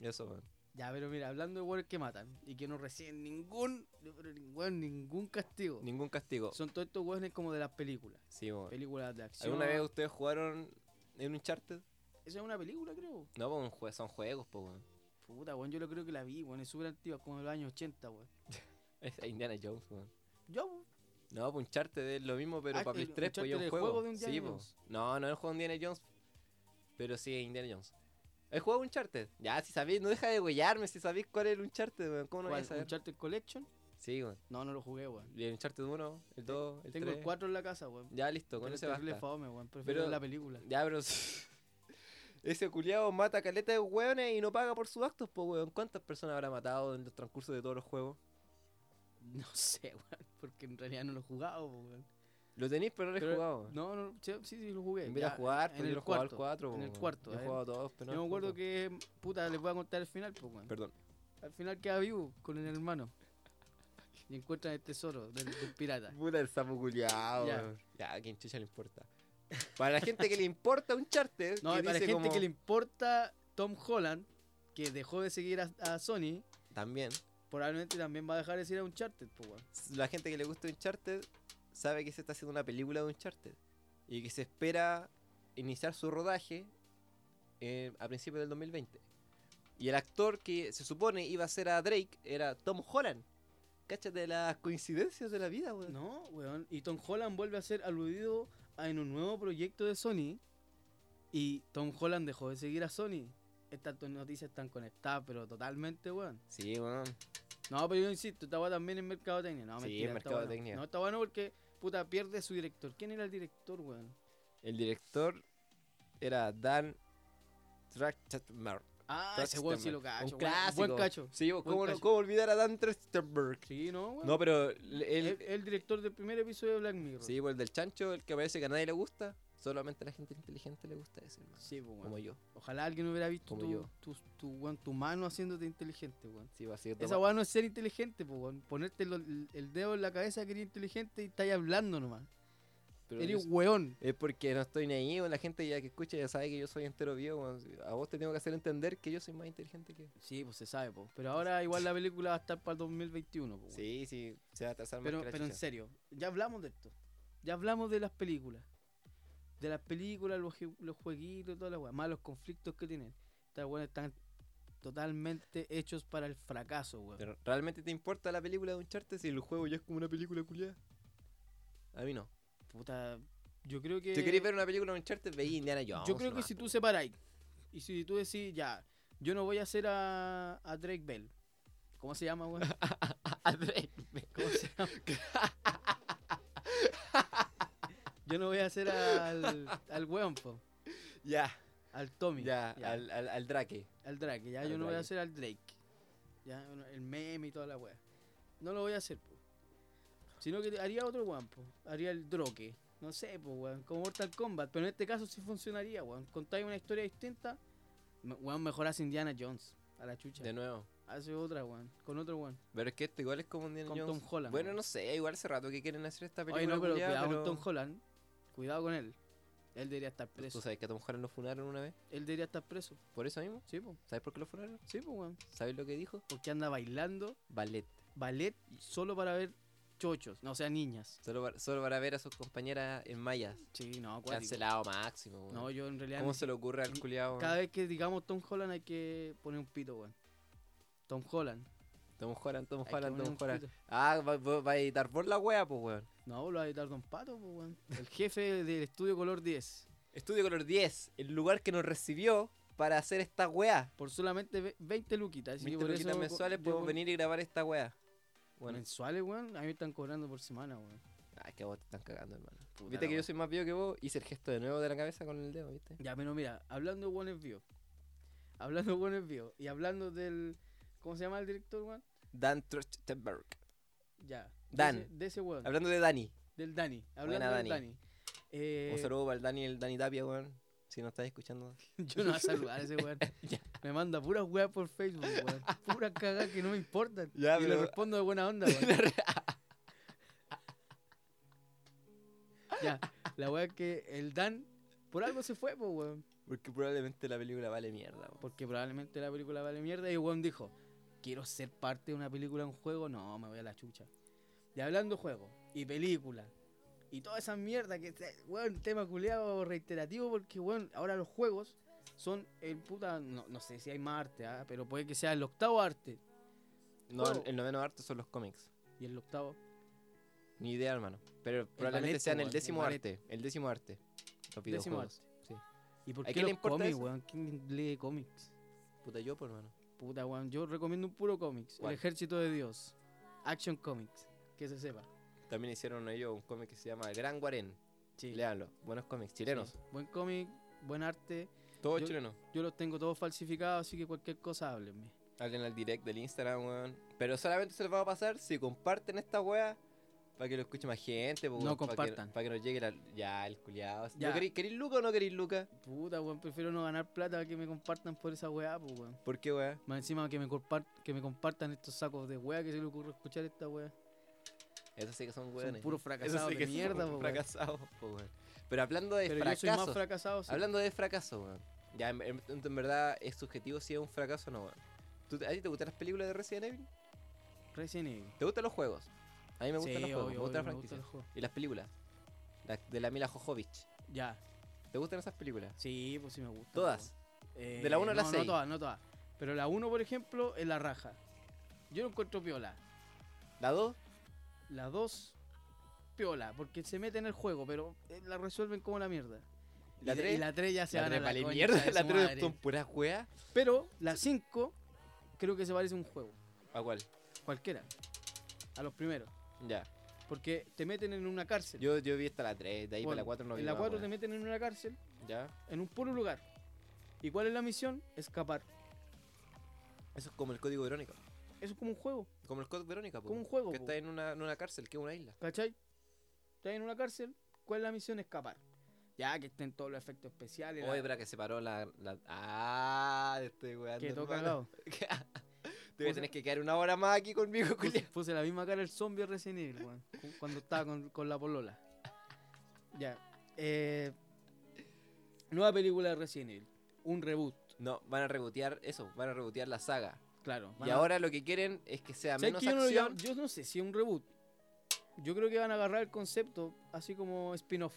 A: Eso, man.
B: Ya, pero mira, hablando de weones que matan y que no reciben ningún, pero ni- weón, ningún castigo.
A: Ningún castigo.
B: Oh. Son todos estos weones como de las películas.
A: Sí, man.
B: Películas de acción.
A: ¿Alguna vez ustedes jugaron en un charter?
B: Esa es una película, creo.
A: No, po, un jue- son juegos, po, weón.
B: Puta, weón, yo lo creo que la vi, weón. Es súper antigua, como de los años 80, weón.
A: Es Indiana Jones, weón.
B: Yo, weón.
A: No, po, un charter es lo mismo, pero
B: Ah,
A: para Play
B: el
A: 3, po,
B: Uncharted
A: ya
B: es
A: un
B: el
A: juego.
B: juego de
A: sí,
B: Indiana
A: po.
B: Jones.
A: No, no es el juego de Indiana Jones, pero sí es Indiana Jones. ¿Has jugado Uncharted? Ya, si sabéis, no deja de huellarme si sabéis cuál es el Uncharted, weón. ¿Cómo no vais a
B: ¿Cuál?
A: saber?
B: ¿Uncharted Collection?
A: Sí, weón.
B: No, no lo jugué, weón.
A: El Uncharted 1, el 2, el
B: Tengo
A: 3.
B: el 4 en la casa, weón.
A: Ya, listo, con
B: Pero
A: ese
B: es terrible
A: basta.
B: fome, weón. Prefiero
A: Pero-
B: ver la película.
A: Ya, pero... Ese culiado mata caleta de hueones y no paga por sus actos, po, weón. ¿Cuántas personas habrá matado en los transcurso de todos los juegos?
B: No sé, weón. Porque en realidad no lo he jugado, po, weón.
A: Lo tenéis, pero no lo
B: Pero-
A: he jugado. weón.
B: No, no, sí, sí, sí, lo jugué.
A: En vez de
B: Ya,
A: jugar, pues,
B: el
A: yo no he jugado al
B: cuarto,
A: 4.
B: en el cuarto,
A: Yo he
B: eh.
A: jugado a todos, pero no
B: Yo me
A: al
B: acuerdo
A: cuatro.
B: que, puta, les voy a contar el final, pues, weón.
A: Perdón.
B: Al final queda vivo con el hermano. Y encuentran el tesoro del, del pirata.
A: Puta el sapo culiado.
B: Ya.
A: Ya. ya, a quien chucha le importa. Para la gente que le importa un charter,
B: No,
A: que
B: y para la
A: dice
B: gente
A: como-
B: que le importa Tom Holland, que dejó de seguir a, a Sony,
A: También.
B: probablemente también va a dejar de seguir a Uncharted, pues, weón.
A: La gente que le gusta un charter sabe que se está haciendo una película de un charter. Y que se espera iniciar su rodaje eh, a principios del 2020. Y el actor que se supone iba a ser a Drake era Tom Holland. Cáchate las coincidencias de la vida, weón.
B: No, weón. Y Tom Holland vuelve a ser aludido a- en un nuevo proyecto de Sony. Y Tom Holland dejó de seguir a Sony. Estas dos noticias están conectadas, pero totalmente, weón.
A: Sí, weón.
B: No, pero yo insisto, esta weá también en Mercadotecnia. No,
A: Sí,
B: mentira, esta weá no.
A: mercadotecnia.
B: No, está bueno porque, puta, pierde su director. ¿Quién era el director, weón?
A: El director era Dan Trachtenberg.
B: Ah, ese weón sí lo
A: Trachtenberg, este,
B: cacho.
A: Un
B: weón.
A: clásico.
B: Buen cacho.
A: Sí, ¿cómo, no-
B: cacho.
A: cómo olvidar a Dan Trachtenberg?
B: Sí, no, weón.
A: No, pero el,
B: el,
A: el-
B: el director del primer episodio de Black Mirror.
A: sí, pues el del chancho, el que parece que a nadie le gusta, solamente a la gente inteligente le gusta ese, hermano.
B: Sí, pues, weón.
A: Como yo.
B: Ojalá alguien hubiera visto
A: Como
B: tu,
A: yo.
B: tu, tu, weón, tu mano haciéndote inteligente, weón.
A: Sí, pues, va a ser
B: Esa weá no es ser inteligente, po, weón. Ponerte lo- el, el dedo en la cabeza que eres inteligente y estáis hablando nomás.
A: pero
B: eres
A: yo-
B: weón.
A: Es porque no estoy ni ahí, weón, la gente ya que escucha ya sabe que yo soy entero vivo, weón. A vos te tengo que hacer entender que yo soy más inteligente que.
B: Sí, pues se sabe, po. Pero ahora igual la película va a estar para el 2021, po, weón.
A: Sí, sí, se va a atrasar más
B: Pero,
A: que la
B: pero en
A: chucha.
B: serio, ya hablamos de esto. Ya hablamos de las películas. De las películas, los, jue- los jueguitos, todas las weas. Más los conflictos que tienen. Estas weas están totalmente hechos para el fracaso, weón.
A: Pero, ¿Realmente te importa la película de Uncharted si el juego ya es como una película culiada? A mí no.
B: Puta, yo creo que.
A: Si queréis ver una película de Uncharted, veí Indiana Jones.
B: Eh, Yo creo que
A: nomás,
B: si
A: po.
B: tú separáis y si tú decís, ya, yo no voy a hacer a, a Drake Bell. ¿Cómo se llama, weón?
A: A Drake, me-
B: ¿Cómo se llama? yo no voy a hacer al, al weón, po,
A: Ya,
B: al Tommy.
A: ya, Al, al, al Drake.
B: al Drake, ya,
A: al
B: yo no voy a
A: Drake.
B: hacer al Drake. Ya, bueno, el meme y toda la weá. No lo voy a hacer, po. Sino que haría otro weón, po. Haría el Droque. No sé, po, weón. Como Mortal Kombat. Pero en este caso sí funcionaría, weón. Contáis una historia distinta. me- Weón, mejor hace Indiana Jones. A la chucha.
A: De nuevo.
B: Hace otra, weón. Con otro weón.
A: Pero es que esto igual es como Indiana
B: Con
A: Jones.
B: Tom Holland.
A: Bueno,
B: weón.
A: no sé, igual hace rato que quieren hacer esta película.
B: Oye, no, pero
A: culiá,
B: cuidado
A: pero- Pues
B: con Tom Holland. Cuidado con él. Él debería estar
A: ¿Tú
B: preso.
A: sabes que a Tom Holland lo funaron una vez?
B: Él debería estar preso.
A: ¿Por eso mismo?
B: Sí, po.
A: ¿Sabes por qué lo funaron?
B: Sí, po, weón.
A: ¿Sabes lo que dijo?
B: Porque anda bailando
A: Ballet.
B: ballet solo para ver chochos. No, o sea, niñas.
A: Solo para, solo para ver a sus compañeras en mayas.
B: Sí, no, acuático.
A: Cancelado máximo. weón.
B: No, yo en realidad.
A: ¿Cómo
B: ni-
A: se le ocurre al
B: ni-
A: culiado?
B: Cada vez que digamos Tom Holland hay que poner un pito, weón. Tom Holland.
A: Tom Holland, Tom
B: Hay que
A: Holland,
B: poner
A: Tom
B: un
A: Holland.
B: chiquito.
A: Ah, va, va- va a editar por la wea, pues, weón.
B: No, lo va a editar Don Pato, pues, weón. El jefe del estudio Color 10.
A: Estudio Color 10, el lugar que nos recibió para hacer esta wea.
B: Por solamente ve- 20 luquitas. Así que
A: 20
B: por
A: luquitas
B: eso co-
A: mensuales
B: yo
A: podemos
B: con-
A: venir y grabar esta wea. Bueno,
B: Mensuales, weón. A mí me están cobrando por semana, weón.
A: ay, que vos te están cagando, hermano.
B: Puta
A: Viste
B: la
A: que yo
B: wea.
A: soy más vivo que vos, hice el gesto de nuevo de la cabeza con el dedo, ¿viste?
B: Ya, pero mira, hablando de One View. Hablando de One View. Y hablando del. ¿Cómo se llama el director, weón?
A: Dan Trachtenberg.
B: Ya. de
A: Dan.
B: ese- De ese weón.
A: Hablando de Dani,
B: Del Dani. Hablando
A: Buena,
B: del
A: Dani.
B: Dani. Eh,
A: un saludo para el Dani, el Dani Tapia, weón. Si nos estás escuchando.
B: Yo no voy a saludar a ese weón.
A: Ya.
B: Me manda puras weas por Facebook, weón. Puras cagas que no me importan.
A: Ya,
B: y
A: pero-
B: le respondo de buena onda, weón. ya, la wea es que el Dan por algo se fue, pues, weón.
A: Porque probablemente la película vale mierda, weón.
B: Porque probablemente la película vale mierda y el weón dijo, quiero ser parte de una película, un juego. No, me voy a la chucha. Y hablando de juego y película. Y toda esa mierda que, te- weón, tema culiado reiterativo porque, weón, ahora los juegos son el puta, no, no sé si hay más arte, ¿ah? pero puede que sea el octavo arte.
A: No, el,
B: Juego.
A: el noveno arte son los cómics.
B: Y el octavo,
A: Ni idea, hermano. Pero probablemente
B: ballet,
A: sean
B: po,
A: el
B: weón, el
A: décimo
B: ballet.
A: arte. El décimo arte. Los
B: décimo
A: videojuegos.
B: arte.
A: Sí.
B: ¿Y por
A: ¿A
B: qué
A: quién le
B: los
A: importa
B: cómics,
A: eso?
B: weón? ¿Quién lee cómics?
A: Puta yo, pues, hermano.
B: Puta, weón, yo recomiendo un puro cómics.
A: ¿Cuál?
B: El Ejército de Dios. Action Comics. Que se sepa.
A: También hicieron ellos un cómic que se llama El Gran Guarén.
B: Sí.
A: Léanlo. Buenos cómics chilenos.
B: Sí, Buen cómic, buen arte.
A: Todos
B: Yo-
A: chilenos.
B: Yo los tengo todos falsificados, así que cualquier cosa háblenme.
A: Hablen al direct del Instagram, weón. Pero solamente se les va a pasar si comparten esta wea para que lo escuche más gente. po,
B: No
A: weón, pa' que-
B: compartan.
A: Para que, nos llegue la... Ya, el culiado.
B: Ya.
A: ¿Queréis, ¿Queréis Luca o no queréis Luca?
B: Puta, weón, prefiero no ganar plata que me compartan por esa weá, pues, weón.
A: ¿Por qué, weón?
B: Más encima que me, compar- que me compartan estos sacos de weá que se le ocurre escuchar esta weá.
A: Eso sí que son
B: Son
A: weones.
B: puros
A: Eso
B: fracasados
A: sí que
B: de
A: son
B: mierda,
A: puros
B: po, weón.
A: fracasados, po, weón. Pero hablando de
B: Pero yo soy
A: fracasos.
B: más fracasado, sí.
A: Hablando de fracaso, weón. Ya, en, en- en verdad es subjetivo si es un fracaso o no, weón. ¿Tú- ¿A ti te gustan las películas de Resident Evil?
B: Resident Evil.
A: ¿Te gustan los juegos? A mí me gustan
B: Sí,
A: los juegos,
B: obvio,
A: me gustan las
B: obvio, me gustan
A: franquicias.
B: los juegos.
A: Y las películas. La- de la Mila Jojovich.
B: Ya,
A: ¿Te gustan esas películas?
B: sí, pues sí me gustan.
A: Todas.
B: po, weón.
A: De la
B: Eh,
A: uno a la
B: no,
A: seis.
B: No todas, no todas. Pero la 1, por ejemplo, es la raja. Yo lo encuentro piola.
A: ¿La 2?
B: La 2, piola, porque se mete en el juego, pero eh, la resuelven como la mierda.
A: ¿La
B: Y de-
A: 3?
B: Y la 3 ya se
A: la
B: van a
A: 3
B: la
A: vale
B: concha
A: mierda.
B: de
A: La
B: su
A: 3
B: madre.
A: son puras weas.
B: Pero la 5 creo que se parece a un juego,
A: ¿A cuál?
B: cualquiera, a los primeros.
A: Ya.
B: Porque te meten en una cárcel.
A: Yo, yo vi hasta la 3, de ahí
B: Bueno,
A: para la 4 no vi pues.
B: en la
A: más,
B: 4 te
A: weón.
B: meten en una cárcel,
A: Ya.
B: en un puro lugar. ¿Y cuál es la misión? Escapar.
A: Eso es como el código Verónica.
B: Eso es como un juego,
A: Como el código Verónica, po,
B: Como un
A: weón,
B: juego,
A: Que
B: po.
A: está en una, en una cárcel, que es una isla.
B: ¿cachai? Estás en una cárcel, ¿cuál es la misión? Escapar. Ya que estén todos los efectos especiales. la-
A: Oye, pero que se paró la. la... Ah, de este weón.
B: que todo
A: hermano.
B: cagado.
A: Te voy a tener que quedar una hora más aquí conmigo,
B: Puse,
A: culiao.
B: puse la misma cara el zombie recién Evil, weón, cu- Cuando estaba con, con la polola. Ya. eh, nueva película de Resident Evil. Un reboot,
A: No, van a rebotear eso, van a rebotear la saga.
B: claro. van
A: Y
B: a-
A: ahora lo que quieren es que sea
B: ¿Sabes
A: menos
B: que yo, no lo
A: acción.
B: llamo- yo no sé si es un reboot. Yo creo que van a agarrar el concepto así como spin-off.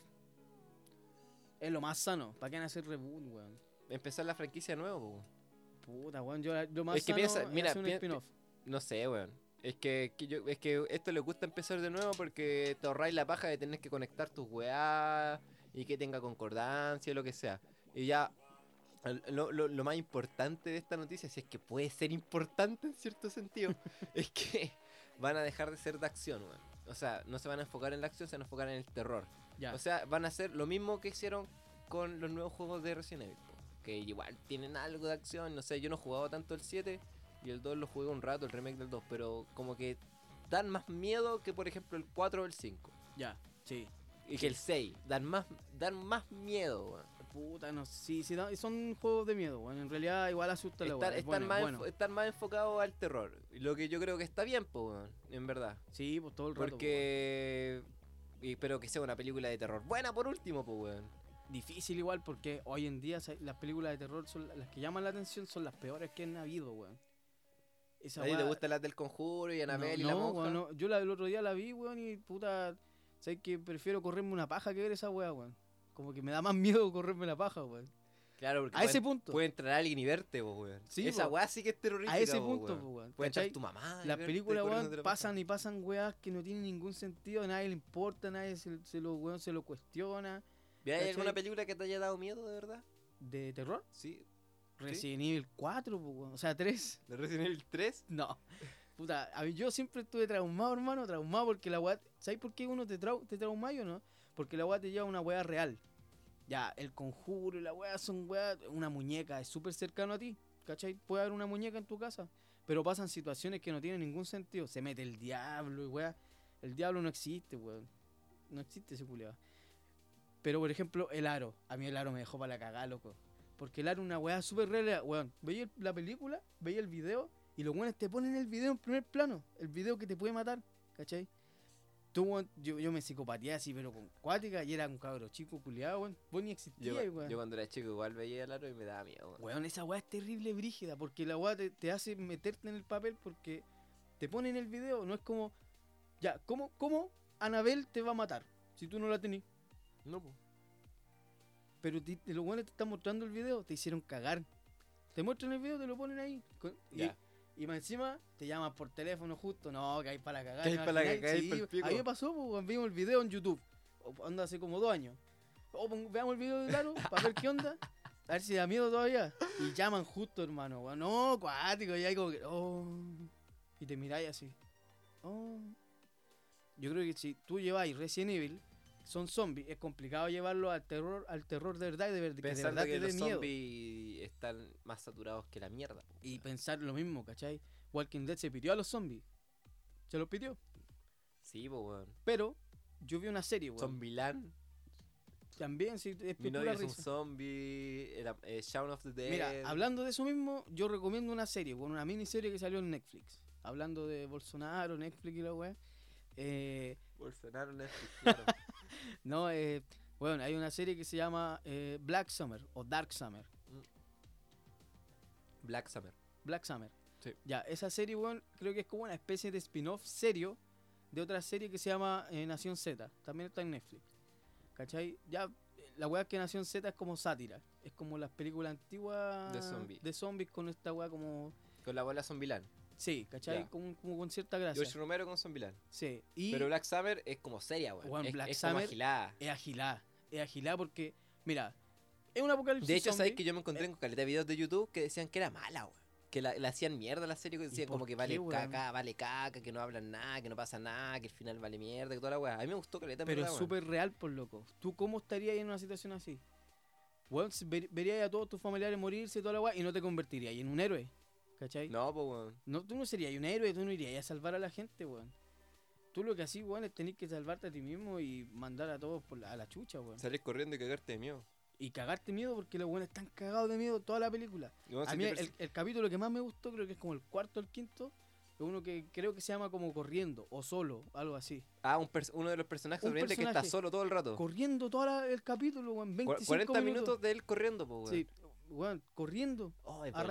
B: Es lo más sano. ¿Para qué van a hacer reboot, weón?
A: Empezar la franquicia de nuevo, po, weón.
B: Puta, weón. Yo la- lo más
A: Es que
B: sano
A: piensa- mira,
B: es hacer un
A: pi-
B: spin-off.
A: No sé, weón. Es que, que yo- es que esto les gusta empezar de nuevo porque te ahorráis la paja de tener que conectar tus weá y que tenga concordancia, lo que sea. Y ya, al- lo, lo- lo más importante de esta noticia, si es que puede ser importante en cierto sentido, es que van a dejar de ser de acción, weón. O sea, no se van a enfocar en la acción, se van a enfocar en el terror.
B: Ya.
A: O sea, van a hacer lo mismo que hicieron con los nuevos juegos de Resident Evil. po, Que igual tienen algo de acción. No sé, yo no he jugado tanto el 7 y el 2 lo jugué un rato, el remake del 2. Pero como que dan más miedo que, por ejemplo, el 4 o el 5.
B: ya. Sí.
A: Y que el 6. Dan más, dan más miedo, weón.
B: Puta, no sé. Sí, sí, da- son juegos de miedo, weón. En realidad igual asusta la
A: Están,
B: weón. es
A: están
B: bueno, es
A: más
B: bueno.
A: enfo- están más enfocados al terror. Lo que yo creo que está bien, po, weón, en verdad.
B: Sí, pues todo el rato. po, weón.
A: Porque. Y, pero que sea una película de terror. Buena por último, po, weón.
B: Difícil igual porque hoy en día se- las películas de terror son la- las que llaman la atención son las peores que han habido, weón. Esa
A: A ti te
B: weá-
A: gustan las del conjuro y Anabel y
B: no,
A: la
B: no,
A: monja.
B: weón, no. Yo la del otro día la vi, weón, y puta, sabes que prefiero correrme una paja que ver esa weá, weón. Como que me da más miedo correrme la paja, weón.
A: Claro, porque
B: A ese
A: pueden-
B: punto.
A: puede entrar alguien y verte, po, weón.
B: Sí,
A: Esa
B: po.
A: weá sí que es terrorífica.
B: a ese
A: po,
B: punto,
A: weón.
B: pues, weón,
A: Puede entrar
B: ¿cachai?
A: tu mamá. y
B: Las
A: verte
B: películas,
A: corriendo
B: weón,
A: entre la
B: pasan y pasan weas que no tienen ningún sentido, a nadie le importa, a nadie se, se lo, weón, se lo cuestiona.
A: pantalla. ¿Ve, ¿Hay alguna
B: ¿cachai?
A: película que te haya dado miedo, de verdad?
B: ¿De terror?
A: Sí.
B: Resident Evil 4, pues, weón, o sea, 3.
A: ¿De Resident Evil 3?
B: No. Puta, a mí yo siempre estuve traumado, hermano, traumado porque la weá. ¿Sabes por qué uno te, trau te trauma o no? Porque la weá te lleva a una weá real. Ya, el conjuro y la weá son weá. Una muñeca es súper cercano a ti. ¿Cachai? Puede haber una muñeca en tu casa. Pero pasan situaciones que no tienen ningún sentido. Se mete el diablo y weá. El diablo no existe, weón. No existe ese culiado. Pero por ejemplo, el aro. A mí el aro me dejó para la cagada, loco. Porque el aro es una weá súper real, weón. Veía la película, veía el video y los weones te ponen el video en primer plano. El video que te puede matar, ¿cachai? Tú, weón, yo, yo me psicopateé así, pero con cuática y era un cabro chico culiado, weón. Vos ni
A: Yo,
B: existías, weón.
A: yo cuando era chico igual veía el aro y me daba miedo, weón.
B: Weón, esa weá es terrible, brígida, porque la weá te, te hace meterte en el papel porque te pone en el video, no es como, ya, ¿cómo, cómo Anabel te va a matar si tú no la tenés?
A: No, po.
B: Pero ti- te- los weones te están mostrando el video, te hicieron cagar. Te muestran el video, te lo ponen ahí. con- y-
A: Ya.
B: Y, más encima te llaman por teléfono justo, no, que hay para cagar.
A: Que hay
B: no,
A: para
B: al final,
A: cagar, hay
B: sí,
A: pa'l pico.
B: A mí me pasó, pues, weón, vimos el video en YouTube, o- onda hace como dos años. O pon- veamos el video de Claro para ver qué onda. A ver si da miedo todavía. Y llaman justo, hermano. weón. No, cuático. Y ahí como que. Oh. Y te miráis así. Oh. Yo creo que si tú lleváis Resident Evil, son zombies. Es complicado llevarlo al terror, al terror de verdad y de, ver- que de
A: Pensando
B: verdad
A: que,
B: te dé
A: los
B: miedo.
A: zombies están más saturados que la mierda. po,
B: Y
A: weón.
B: pensar lo mismo, ¿cachai? Walking Dead se pidió a los zombies. Se los pidió.
A: Sí, po, weón.
B: Pero yo vi una serie, weón.
A: Zombieland,
B: También, sí, es
A: mi novio
B: pura
A: es un
B: risa.
A: zombie, era- eh, Shaun of the Dead.
B: Mira, hablando de eso mismo, yo recomiendo una serie, bueno, una miniserie que salió en Netflix. Hablando de Bolsonaro, Netflix y la weá. Eh,
A: Bolsonaro Netflix, claro.
B: no, eh, bueno, hay una serie que se llama eh, Black Summer o Dark Summer.
A: Black Summer.
B: Black Summer.
A: Sí.
B: Ya, esa serie, weón, creo que es como una especie de spin-off serio de otra serie que se llama eh, Nación Z. También está en Netflix. ¿Cachai? Ya, eh, la weá es que Nación Z es como sátira. Es como las películas antiguas
A: De zombi.
B: de zombies con esta weá como...
A: Con la bola Zombieland.
B: Sí, ¿cachai?
A: Ya.
B: Como, como con cierta gracia.
A: George Romero con Zombieland.
B: Sí, y
A: Pero Black Summer es como seria, weón.
B: Weón,
A: es,
B: Black
A: es como
B: Summer-
A: agilada.
B: es agilada. Es agilada porque, mira, es un apocalipsis.
A: De hecho, sabéis
B: zombie.
A: que yo me encontré con caleta de videos de YouTube que decían que era mala, weón. Que la, la hacían mierda la serie, que decían
B: por
A: como que
B: qué,
A: vale
B: weón?
A: caca, vale caca, que no hablan nada, que no pasa nada, que el final vale mierda, que toda la weá. A mí me gustó caleta, en
B: Pero es
A: verdad, weón.
B: súper real, por loco. ¿Tú cómo estarías en una situación así? Weón, si ver- verías a todos tus familiares morirse y toda la weá y no te convertirías en un héroe. ¿Cachai? No.
A: No, pues, weón.
B: tú no serías un héroe, tú no irías a salvar a la gente, weón. Tú lo que así, weón, es tener que salvarte a ti mismo y mandar a todos por la- a la chucha, weón.
A: Salir corriendo y cagarte de miedo.
B: Y cagarte miedo porque los weones están cagados de miedo toda la película.
A: Y, weón,
B: A
A: si
B: mí
A: te
B: el,
A: persi-
B: el capítulo que más me gustó, creo que es como el cuarto o el quinto, es uno que creo que se llama como Corriendo o Solo, algo así.
A: Ah, un pers- uno de los personajes
B: Un
A: sobrevivientes que
B: personaje.
A: está solo todo el rato.
B: Corriendo todo el capítulo, weón,
A: Cu-
B: 25
A: 40 Oh. minutos de él corriendo, pues, weón.
B: Sí, weón, corriendo.
A: Oh, es bueno ese cap-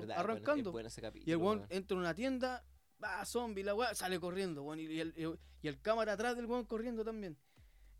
A: verdad, es bueno- es
B: arrancando.
A: bueno ese capítulo,
B: Y el weón
A: weón.
B: entra en una tienda, va zombie, la weá, sale corriendo, weón. Y, y el, y el cámara atrás del weón corriendo también.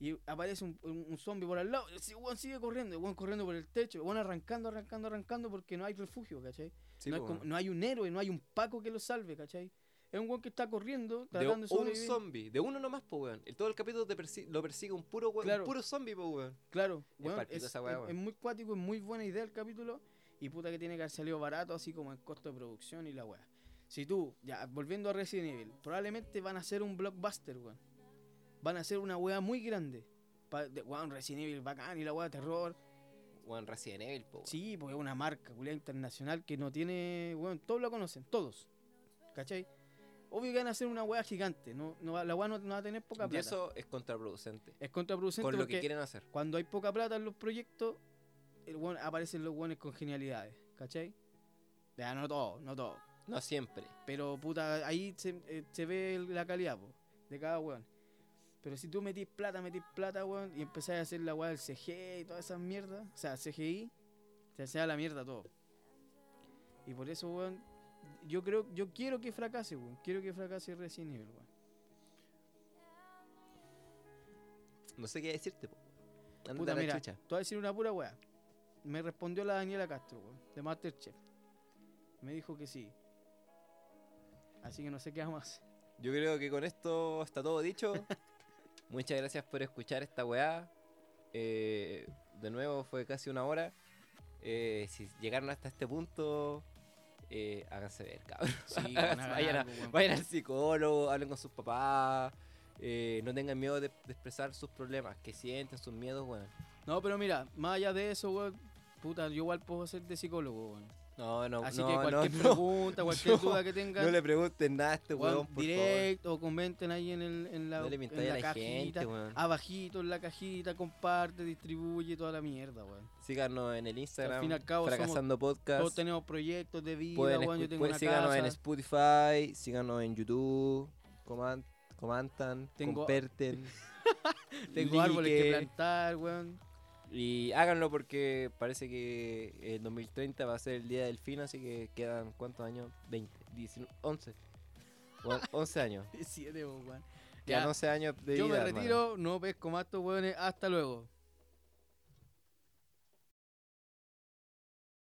B: Y aparece un, un, un zombie por al lado, y ese weón sigue corriendo, el weón corriendo por el techo, el weón arrancando, arrancando, arrancando porque no hay refugio, ¿cachai?
A: Sí,
B: no, es
A: po,
B: como-
A: weón.
B: no hay un héroe, no hay un Paco que lo salve, ¿cachai? Es un weón que está corriendo,
A: de
B: tratando de,
A: un
B: sobrevivir.
A: zombie, de uno nomás, po, weón. El, todo el capítulo te persi- lo persigue un puro, weón, un
B: Claro.
A: puro zombie, po, weón.
B: Claro,
A: Es
B: weón,
A: palpito
B: es,
A: esa weá,
B: es-
A: weón.
B: es muy cuático, es muy buena idea el capítulo. Y puta que tiene que haber salido barato, así como en costo de producción y la weá. Si tú, ya, volviendo a Resident Evil, probablemente van a hacer un blockbuster, weón. Van a hacer una weá muy grande. Pa- de- weón, Resident Evil bacán y la weá de terror.
A: Weón, Resident Evil, po, weón.
B: Sí, porque es una marca, culiá, internacional que no tiene. Weón, todos la conocen, todos. ¿Cachai? Obvio que van a hacer una weá gigante, no, no va- la weá no, no va a tener poca
A: Y
B: plata.
A: eso es contraproducente.
B: es contraproducente
A: Con lo
B: porque
A: que quieren hacer.
B: cuando hay poca plata en los proyectos, el weón- aparecen los weones con genialidades, ¿cachai? Ya, no todo, no todo.
A: No siempre.
B: Pero puta, ahí se, eh, se ve el- la calidad po, de cada weón. Pero si tú metís plata, metís plata, weón, y empezás a hacer la weá del CG y todas esas mierdas, o sea, CGI, se hace a la mierda todo. Y por eso, weón, yo creo, yo quiero que fracase, weón. Quiero que fracase Resident Evil, weón.
A: No sé qué decirte, po. weón. Ándate
B: Puta,
A: a la
B: mira,
A: chucha.
B: te voy a decir una pura weá. me respondió la Daniela Castro, weón, de Masterchef. Me dijo que sí. Así que no sé qué vamos a hacer.
A: Yo creo que con esto está todo dicho. Muchas gracias por escuchar esta weá. Eh, de nuevo fue casi una hora. Eh, si llegaron hasta este punto, eh, háganse ver, cabrón.
B: Sí,
A: Háganse- vayan,
B: pues,
A: a- vayan al psicólogo, hablen con sus papás. eh, no tengan miedo de, de expresar sus problemas, que sienten sus miedos, weón.
B: No, pero mira, más allá de eso, weón, puta, yo igual puedo ser de psicólogo, weón.
A: No, no,
B: Así
A: no,
B: que
A: no,
B: cualquier
A: no,
B: pregunta, cualquier
A: No,
B: duda que tengan,
A: no le pregunten nada a este
B: weón,
A: weón, por favor.
B: directo, comenten ahí en, el, en la,
A: No le
B: en
A: mintáis a la
B: cajita. Ah,
A: gente, weón.
B: abajito en la cajita, comparte, distribuye toda la mierda, weón.
A: Síganos en el Instagram,
B: al fin y al cabo somos
A: Fracasando Podcast.
B: Todos tenemos proyectos de vida,
A: Pueden
B: weón. Yo
A: escu-
B: tengo
A: pueden-
B: una
A: síganos
B: casa.
A: en Spotify, síganos en YouTube, coman- comentan,
B: Tengo-
A: comparten.
B: Tengo árboles que
A: liken,
B: plantar, weón.
A: Y háganlo porque parece que el 2030 va a ser el día del fin, así que quedan cuántos años? 20, 19, 11. Bueno, 11 años.
B: Siete, weón.
A: Quedan
B: Ya,
A: 11 años de
B: yo
A: vida.
B: me
A: hermano.
B: retiro, no pesco más estos weones. Hasta luego.